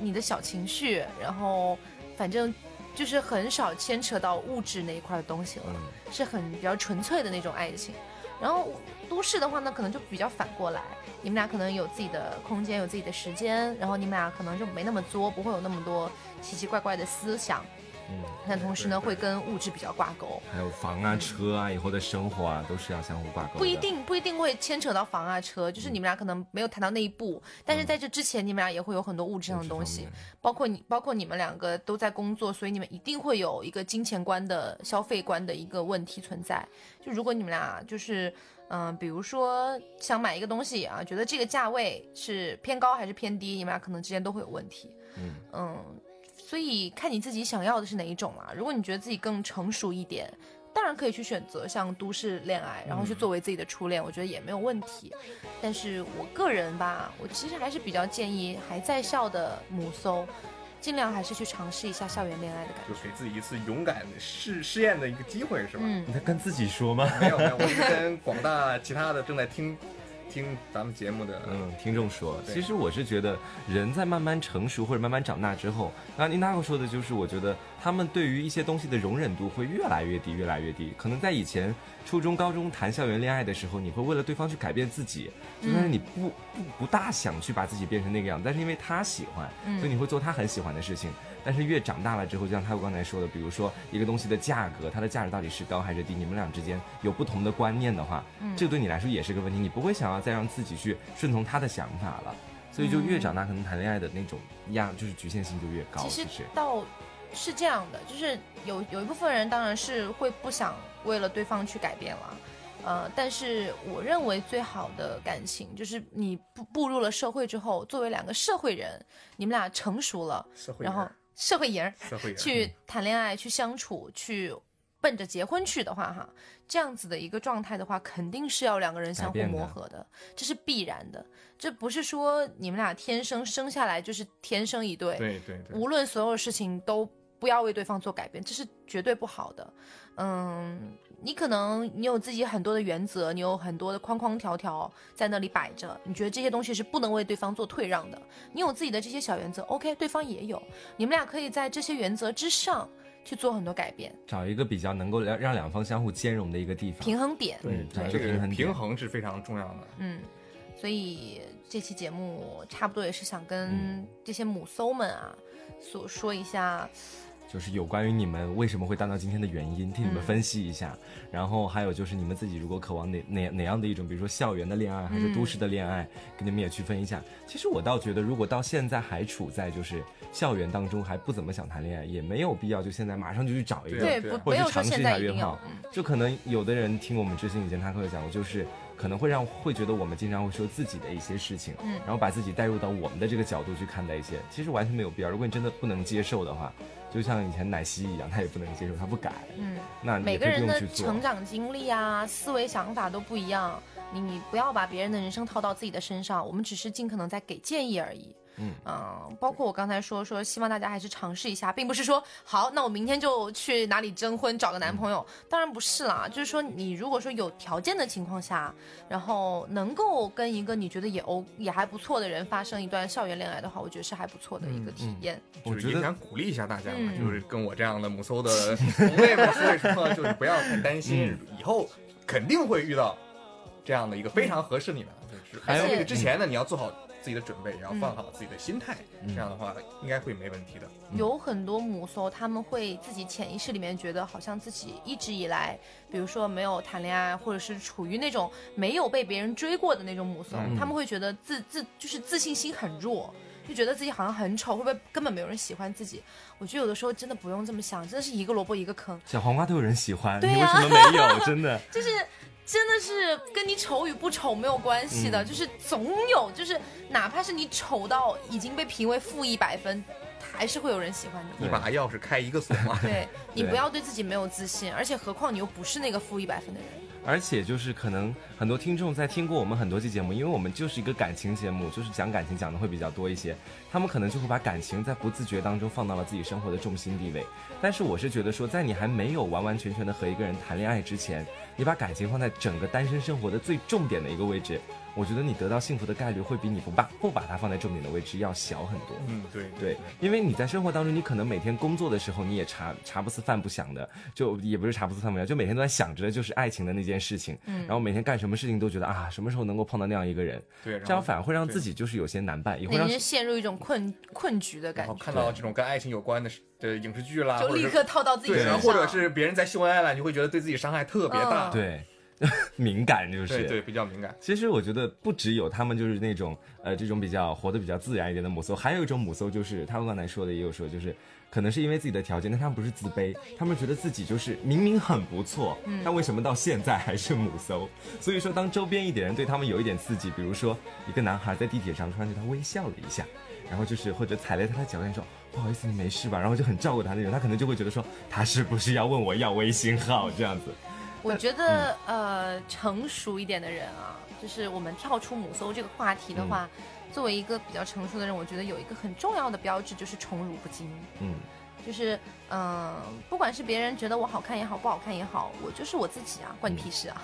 Speaker 1: 你的小情绪，然后反正就是很少牵扯到物质那一块的东西了。
Speaker 2: 嗯，
Speaker 1: 是很比较纯粹的那种爱情。然后都市的话呢，可能就比较反过来，你们俩可能有自己的空间，有自己的时间，然后你们俩可能就没那么作，不会有那么多奇奇怪怪的思想，
Speaker 2: 嗯，
Speaker 1: 但同时呢，
Speaker 3: 对对
Speaker 1: 会跟物质比较挂钩。
Speaker 2: 还有房啊、车啊，以后的生活啊，都是要相互挂钩的。
Speaker 1: 不一定不一定会牵扯到房啊车，就是你们俩可能没有谈到那一步，但是在这之前，你们俩也会有很多物质
Speaker 2: 这
Speaker 1: 上的东西，包括你，包括你们两个都在工作，所以你们一定会有一个金钱观的、消费观的一个问题存在。就如果你们俩就是，嗯、比如说想买一个东西啊，觉得这个价位是偏高还是偏低，你们俩可能之间都会有问题。
Speaker 2: 嗯
Speaker 1: 嗯，所以看你自己想要的是哪一种啦、如果你觉得自己更成熟一点，当然可以去选择像都市恋爱，然后去作为自己的初恋，我觉得也没有问题。但是我个人吧，我其实还是比较建议还在校的母搜，尽量还是去尝试一下校园恋爱的感
Speaker 3: 就
Speaker 1: 觉。
Speaker 3: 给自己一次勇敢试试验的一个机会，是吧？
Speaker 1: 嗯
Speaker 2: 你，在跟自己说吗？
Speaker 3: 没有没有，我是跟广大其他的正在听听咱们节目的，
Speaker 2: 嗯，听众说，
Speaker 3: 对
Speaker 2: 其实我是觉得人在慢慢成熟或者慢慢长大之后，那妮娜说的就是，我觉得他们对于一些东西的容忍度会越来越低，越来越低。可能在以前初中、高中谈校园恋爱的时候，你会为了对方去改变自己，就算是你不不不大想去把自己变成那个样子，但是因为他喜欢，
Speaker 1: 嗯
Speaker 2: 所以你会做他很喜欢的事情。但是越长大了之后，就像他刚才说的，比如说一个东西的价格，它的价值到底是高还是低，你们俩之间有不同的观念的话，
Speaker 1: 嗯
Speaker 2: 这个对你来说也是个问题，你不会想要再让自己去顺从他的想法了。所以就越长大，可能谈恋爱的那种样，就是局限性就越高，
Speaker 1: 嗯其
Speaker 2: 其
Speaker 1: 实
Speaker 2: 实，
Speaker 1: 到是这样的，就是有有一部分人当然是会不想为了对方去改变了，呃，但是我认为最好的感情就是你步步入了社会之后，作为两个社会人，你们俩成熟了，
Speaker 3: 社会
Speaker 1: 然
Speaker 3: 人
Speaker 1: 后社会人儿
Speaker 3: 社会人
Speaker 1: 去谈恋爱、去相处、去奔着结婚去的话，哈，这样子的一个状态的话，肯定是要两个人相
Speaker 2: 改
Speaker 1: 互
Speaker 2: 变的
Speaker 1: 磨合的，这是必然的。这不是说你们俩天生生下来就是天生一对，
Speaker 3: 对对对，
Speaker 1: 无论所有事情都不要为对方做改变，这是绝对不好的。嗯，你可能你有自己很多的原则，你有很多的框框条条在那里摆着，你觉得这些东西是不能为对方做退让的。你有自己的这些小原则，OK，对方也有，你们俩可以在这些原则之上去做很多改变，
Speaker 2: 找一个比较能够让让两方相互兼容的一个地方。
Speaker 1: 平衡点。
Speaker 3: 对
Speaker 2: 嗯找一个
Speaker 3: 这
Speaker 2: 平
Speaker 3: 个
Speaker 2: 衡点
Speaker 3: 平衡是非常重要的。
Speaker 1: 嗯，所以这期节目差不多也是想跟
Speaker 2: 嗯
Speaker 1: 这些母搜们啊，所说一下，
Speaker 2: 就是有关于你们为什么会达到今天的原因，替你们
Speaker 1: 嗯
Speaker 2: 分析一下。然后还有就是你们自己如果渴望哪哪哪样的一种，比如说校园的恋爱还是都市
Speaker 1: 嗯
Speaker 2: 的恋爱，给你们也区分一下。其实我倒觉得，如果到现在还处在就是校园当中，还不怎么想谈恋爱，也没有必要就现在马上就去找一个
Speaker 3: 对啊
Speaker 1: 不
Speaker 3: 对啊
Speaker 1: 没有
Speaker 2: 或者
Speaker 1: 说
Speaker 2: 是尝试
Speaker 1: 现
Speaker 2: 一
Speaker 1: 在
Speaker 2: 下
Speaker 1: 一
Speaker 2: 约
Speaker 1: 定要嗯
Speaker 2: 炮，就可能有的人听我们知心以前他会讲过，就是可能会让会觉得我们经常会说自己的一些事情，
Speaker 1: 嗯
Speaker 2: 然后把自己带入到我们的这个角度去看待一些，其实完全没有必要。如果你真的不能接受的话，就像以前奶昔一样，他也不能接受，他不改，
Speaker 1: 嗯。
Speaker 2: 那你
Speaker 1: 每
Speaker 2: 也
Speaker 1: 个
Speaker 2: 可以不
Speaker 1: 人的
Speaker 2: 用去做
Speaker 1: 成。长经历啊、思维想法都不一样，你你不要把别人的人生套到自己的身上，我们只是尽可能在给建议而已。啊
Speaker 2: 嗯
Speaker 1: 包括我刚才说说，希望大家还是尝试一下，并不是说好，那我明天就去哪里征婚找个男朋友，
Speaker 2: 嗯
Speaker 1: 当然不是啦，就是说你如果说有条件的情况下，然后能够跟一个你觉得也欧也还不错的人发生一段校园恋爱的话，我觉得是还不错的一个体
Speaker 2: 嗯
Speaker 1: 验。
Speaker 2: 我
Speaker 3: 就是
Speaker 2: 觉
Speaker 3: 也
Speaker 2: 得
Speaker 3: 想鼓励一下大家嘛，
Speaker 1: 嗯
Speaker 3: 就是跟我这样的母搜的同类们说一说，就是不要太担心，
Speaker 2: 嗯
Speaker 3: 以后肯定会遇到这样的一个非常合适你的。啊就是
Speaker 1: 还有
Speaker 3: 在
Speaker 2: 嗯
Speaker 3: 这个之前呢，你要做好自己的准备，然后放好自己的心态，
Speaker 2: 嗯
Speaker 3: 这样的话应该会没问题的。
Speaker 1: 有很多母搜，他们会自己潜意识里面觉得，好像自己一直以来，比如说没有谈恋爱，或者是处于那种没有被别人追过的那种母搜，
Speaker 3: 嗯
Speaker 1: 他们会觉得自自就是自信心很弱，就觉得自己好像很丑，会不会根本没有人喜欢自己？我觉得有的时候真的不用这么想，真的是一个萝卜一个坑，
Speaker 2: 小黄瓜都有人喜欢，
Speaker 1: 对
Speaker 2: 你为
Speaker 1: 呀
Speaker 2: 什么没有？真的，
Speaker 1: 就是真的是跟你丑与不丑没有关系的，
Speaker 2: 嗯
Speaker 1: 就是总有，就是哪怕是你丑到已经被评为负一百分，还是会有人喜欢你。
Speaker 3: 一把钥 [laughs] 匙开一个锁嘛。
Speaker 1: 对你
Speaker 2: 对
Speaker 1: 不要对自己没有自信，而且何况你又不是那个负一百分的人。
Speaker 2: 而且就是可能很多听众在听过我们很多期节目，因为我们就是一个感情节目，就是讲感情讲的会比较多一些，他们可能就会把感情在不自觉当中放到了自己生活的重心地位。但是我是觉得说，在你还没有完完全全的和一个人谈恋爱之前，你把感情放在整个单身生活的最重点的一个位置，我觉得你得到幸福的概率会比你不把不把它放在重点的位置要小很多。
Speaker 3: 嗯，对
Speaker 2: 对，因为你在生活当中，你可能每天工作的时候，你也茶茶不思饭不想的，就也不是茶不思饭不想，就每天都在想着就是爱情的那件事情，然后每天干什么事情都觉得啊，什么时候能够碰到那样一个人，
Speaker 3: 对，然
Speaker 2: 这样
Speaker 3: 后
Speaker 2: 反而会让
Speaker 3: 对
Speaker 2: 自己就是有些难办，也会
Speaker 1: 那
Speaker 2: 让
Speaker 1: 人陷入一种困困局的
Speaker 3: 然
Speaker 1: 感
Speaker 3: 后
Speaker 1: 觉，
Speaker 3: 看到这种跟爱情有关的的影视剧啦，
Speaker 1: 就
Speaker 3: 或者
Speaker 1: 立
Speaker 3: 是
Speaker 1: 刻套到自己
Speaker 3: 对，
Speaker 1: 身
Speaker 3: 然
Speaker 1: 上，
Speaker 3: 后或者是别人在秀恩爱了，你会觉得对自己伤害特别大，
Speaker 1: 嗯
Speaker 2: 对 [laughs] 敏感就是
Speaker 3: 对对，比较敏感。
Speaker 2: 其实我觉得不只有他们就是那种呃这种比较活得比较自然一点的母搜，还有一种母搜就是他们刚才说的也有说，就是可能是因为自己的条件，但他们不是自卑，他们觉得自己就是明明很不错，但为什么到现在还是母搜？所以说，当周边一点人对他们有一点刺激，比如说一个男孩在地铁上突然对他微笑了一下，然后就是或者踩了一下他的脚跟说。不好意思，你没事吧？然后就很照顾他那种，他可能就会觉得说，他是不是要问我要微信号这样子？
Speaker 1: 我觉得、
Speaker 3: 嗯
Speaker 1: 呃，成熟一点的人啊，就是我们跳出母搜这个话题的话，
Speaker 3: 嗯
Speaker 1: 作为一个比较成熟的人，我觉得有一个很重要的标志就是宠辱不惊。
Speaker 2: 嗯，
Speaker 1: 就是嗯、呃不管是别人觉得我好看也好，不好看也好，我就是我自己啊，
Speaker 3: 嗯
Speaker 1: 关你屁事啊！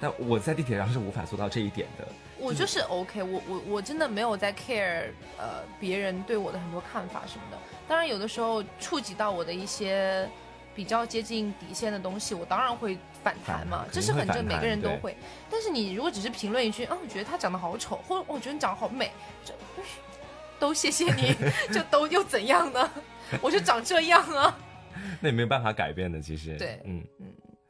Speaker 2: 但我在地铁上是无法做到这一点的。
Speaker 1: 我就是 OK，我我我真的没有在 care 呃别人对我的很多看法什么的。当然，有的时候触及到我的一些比较接近底线的东西，我当然会反弹嘛
Speaker 2: 反，弹
Speaker 1: 这是很
Speaker 2: 肯
Speaker 1: 正，
Speaker 2: 定会
Speaker 1: 每个人都
Speaker 2: 反弹
Speaker 1: 会。但是你如果只是评论一句，啊，我觉得他长得好丑，或者哦我觉得你长得好美，这都谢谢
Speaker 2: [laughs]
Speaker 1: 你，这都又怎样呢？我就长这样啊。
Speaker 2: 那也没有办法改变的，其实。
Speaker 1: 对
Speaker 2: 嗯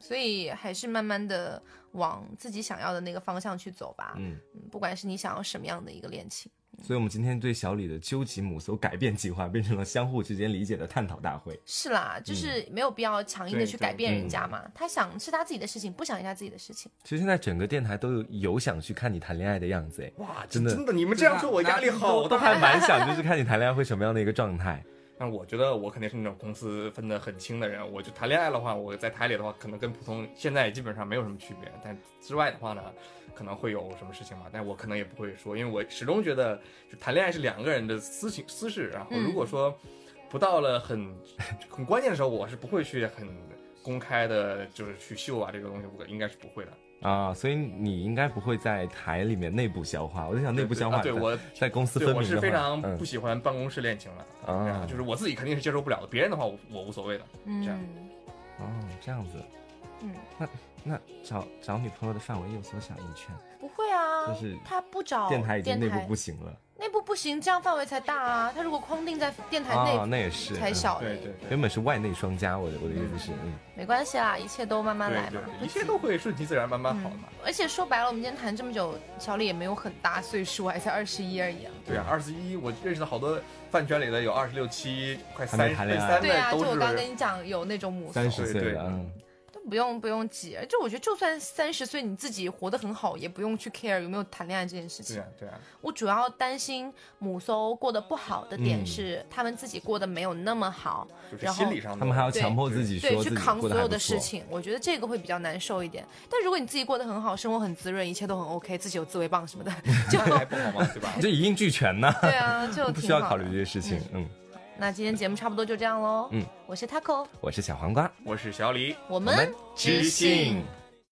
Speaker 1: 所以还是慢慢的往自己想要的那个方向去走吧。
Speaker 2: 嗯。
Speaker 1: 嗯不管是你想要什么样的一个恋情，
Speaker 2: 所以，我们今天对小李的究极母搜改变计划变成了相互之间理解的探讨大会。
Speaker 1: 是啦，
Speaker 2: 嗯
Speaker 1: 就是没有必要强硬的去改变人家嘛。他想是他自己的事情，不想是他自己的事情。
Speaker 2: 其实现在整个电台都有有想去看你谈恋爱的样子，哎，
Speaker 3: 哇，
Speaker 2: 真的
Speaker 3: 真的，你们这样说我压力好
Speaker 2: 都
Speaker 3: 大。啊
Speaker 2: 还蛮想就是看你谈恋爱会什么样的一个状态。
Speaker 3: 但是我觉得我肯定是那种公私分得很清的人，我就谈恋爱的话，我在台里的话，可能跟普通现在也基本上没有什么区别。但之外的话呢，可能会有什么事情嘛，但我可能也不会说，因为我始终觉得，就谈恋爱是两个人的私情私事。然后
Speaker 1: 嗯
Speaker 3: 如果说不到了很很关键的时候，我是不会去很公开的，就是去秀啊这个东西，我应该是不会的。
Speaker 2: 啊，所以你应该不会在台里面内部消化，我在想内部消化
Speaker 3: 对啊
Speaker 2: 在，[laughs]
Speaker 3: 对我
Speaker 2: 在公司
Speaker 3: 对
Speaker 2: 分
Speaker 3: 我
Speaker 2: 明
Speaker 3: 是
Speaker 2: 的
Speaker 3: 非常
Speaker 2: 话，
Speaker 3: 不
Speaker 2: 嗯，
Speaker 3: 喜欢办公室恋情的，
Speaker 2: 啊
Speaker 3: 然后就是我自己肯定是接受不了的，别人的话我我无所谓的。
Speaker 1: 嗯
Speaker 3: 这样
Speaker 2: 哦，这样子，
Speaker 1: 嗯，
Speaker 2: 那找找女朋友的范围又缩小一圈，
Speaker 1: 不会啊，
Speaker 2: 就是
Speaker 1: 他不找
Speaker 2: 电台已经
Speaker 1: 哦电
Speaker 2: 内
Speaker 1: 台
Speaker 2: 部不行了
Speaker 1: 内部不行，这样范围才大啊。他如果框定在电台内、
Speaker 2: 啊，那也是
Speaker 1: 才
Speaker 2: 嗯
Speaker 1: 小嘞
Speaker 3: 对对对。
Speaker 2: 原本是外内双加，我的我的意思是，嗯，
Speaker 1: 没关系啦，一切都慢慢
Speaker 3: 对
Speaker 1: 来
Speaker 3: 对
Speaker 1: 嘛，
Speaker 3: 对，
Speaker 1: 不
Speaker 3: 一切
Speaker 1: 急
Speaker 3: 都会顺其自然，慢慢好的嘛。
Speaker 1: 而且说白了，我们今天谈这么久，小李也没有很大岁数啊，还才二十一而已啊。
Speaker 3: 对啊，二十一，我认识的好多饭圈里的有二十六七，快
Speaker 2: 还
Speaker 3: 三
Speaker 2: 没
Speaker 3: 十
Speaker 2: 谈恋爱
Speaker 3: 三
Speaker 1: 对啊，
Speaker 3: 的
Speaker 1: 就
Speaker 3: 都
Speaker 1: 我
Speaker 3: 是。
Speaker 1: 刚跟你讲，有那种母
Speaker 2: 三
Speaker 1: 搜
Speaker 2: 十
Speaker 3: 对
Speaker 2: 岁
Speaker 3: 对
Speaker 2: 了，嗯，
Speaker 1: 都不用不用急，就我觉得就算三十岁你自己活得很好，也不用去 care 有没有谈恋爱这件事
Speaker 3: 对
Speaker 1: 情
Speaker 3: 啊。，对啊，
Speaker 1: 我主要担心母搜过得不好的点
Speaker 2: 嗯
Speaker 1: 是，他们自己过得没有那么好，
Speaker 3: 就是
Speaker 1: 然后
Speaker 3: 心理上的。
Speaker 2: 他们还要强迫
Speaker 3: 对
Speaker 2: 自己
Speaker 1: 对，
Speaker 2: 说
Speaker 1: 去
Speaker 2: 自己
Speaker 1: 扛
Speaker 2: 过
Speaker 1: 所
Speaker 2: 得还
Speaker 1: 有
Speaker 2: 不
Speaker 1: 的事
Speaker 2: 错。
Speaker 1: 情，我觉得这个会比较难受一点。但如果你自己过得很好，生活很滋润，一切都很 OK，自己有自慰棒什
Speaker 2: [laughs]
Speaker 1: 么的，就
Speaker 3: 还不好嘛，对吧？
Speaker 2: 这一应俱全呢， [laughs]
Speaker 1: 对啊，就挺
Speaker 2: 不需要
Speaker 1: 好
Speaker 2: 考
Speaker 1: 的
Speaker 2: 虑这些事情。嗯，
Speaker 1: 那今天节目差不多就这样喽。
Speaker 2: 嗯，
Speaker 1: 我是 Taco，
Speaker 2: 我是小黄瓜，
Speaker 3: 我是小李，
Speaker 1: 我
Speaker 2: 们
Speaker 1: 们
Speaker 2: 知性。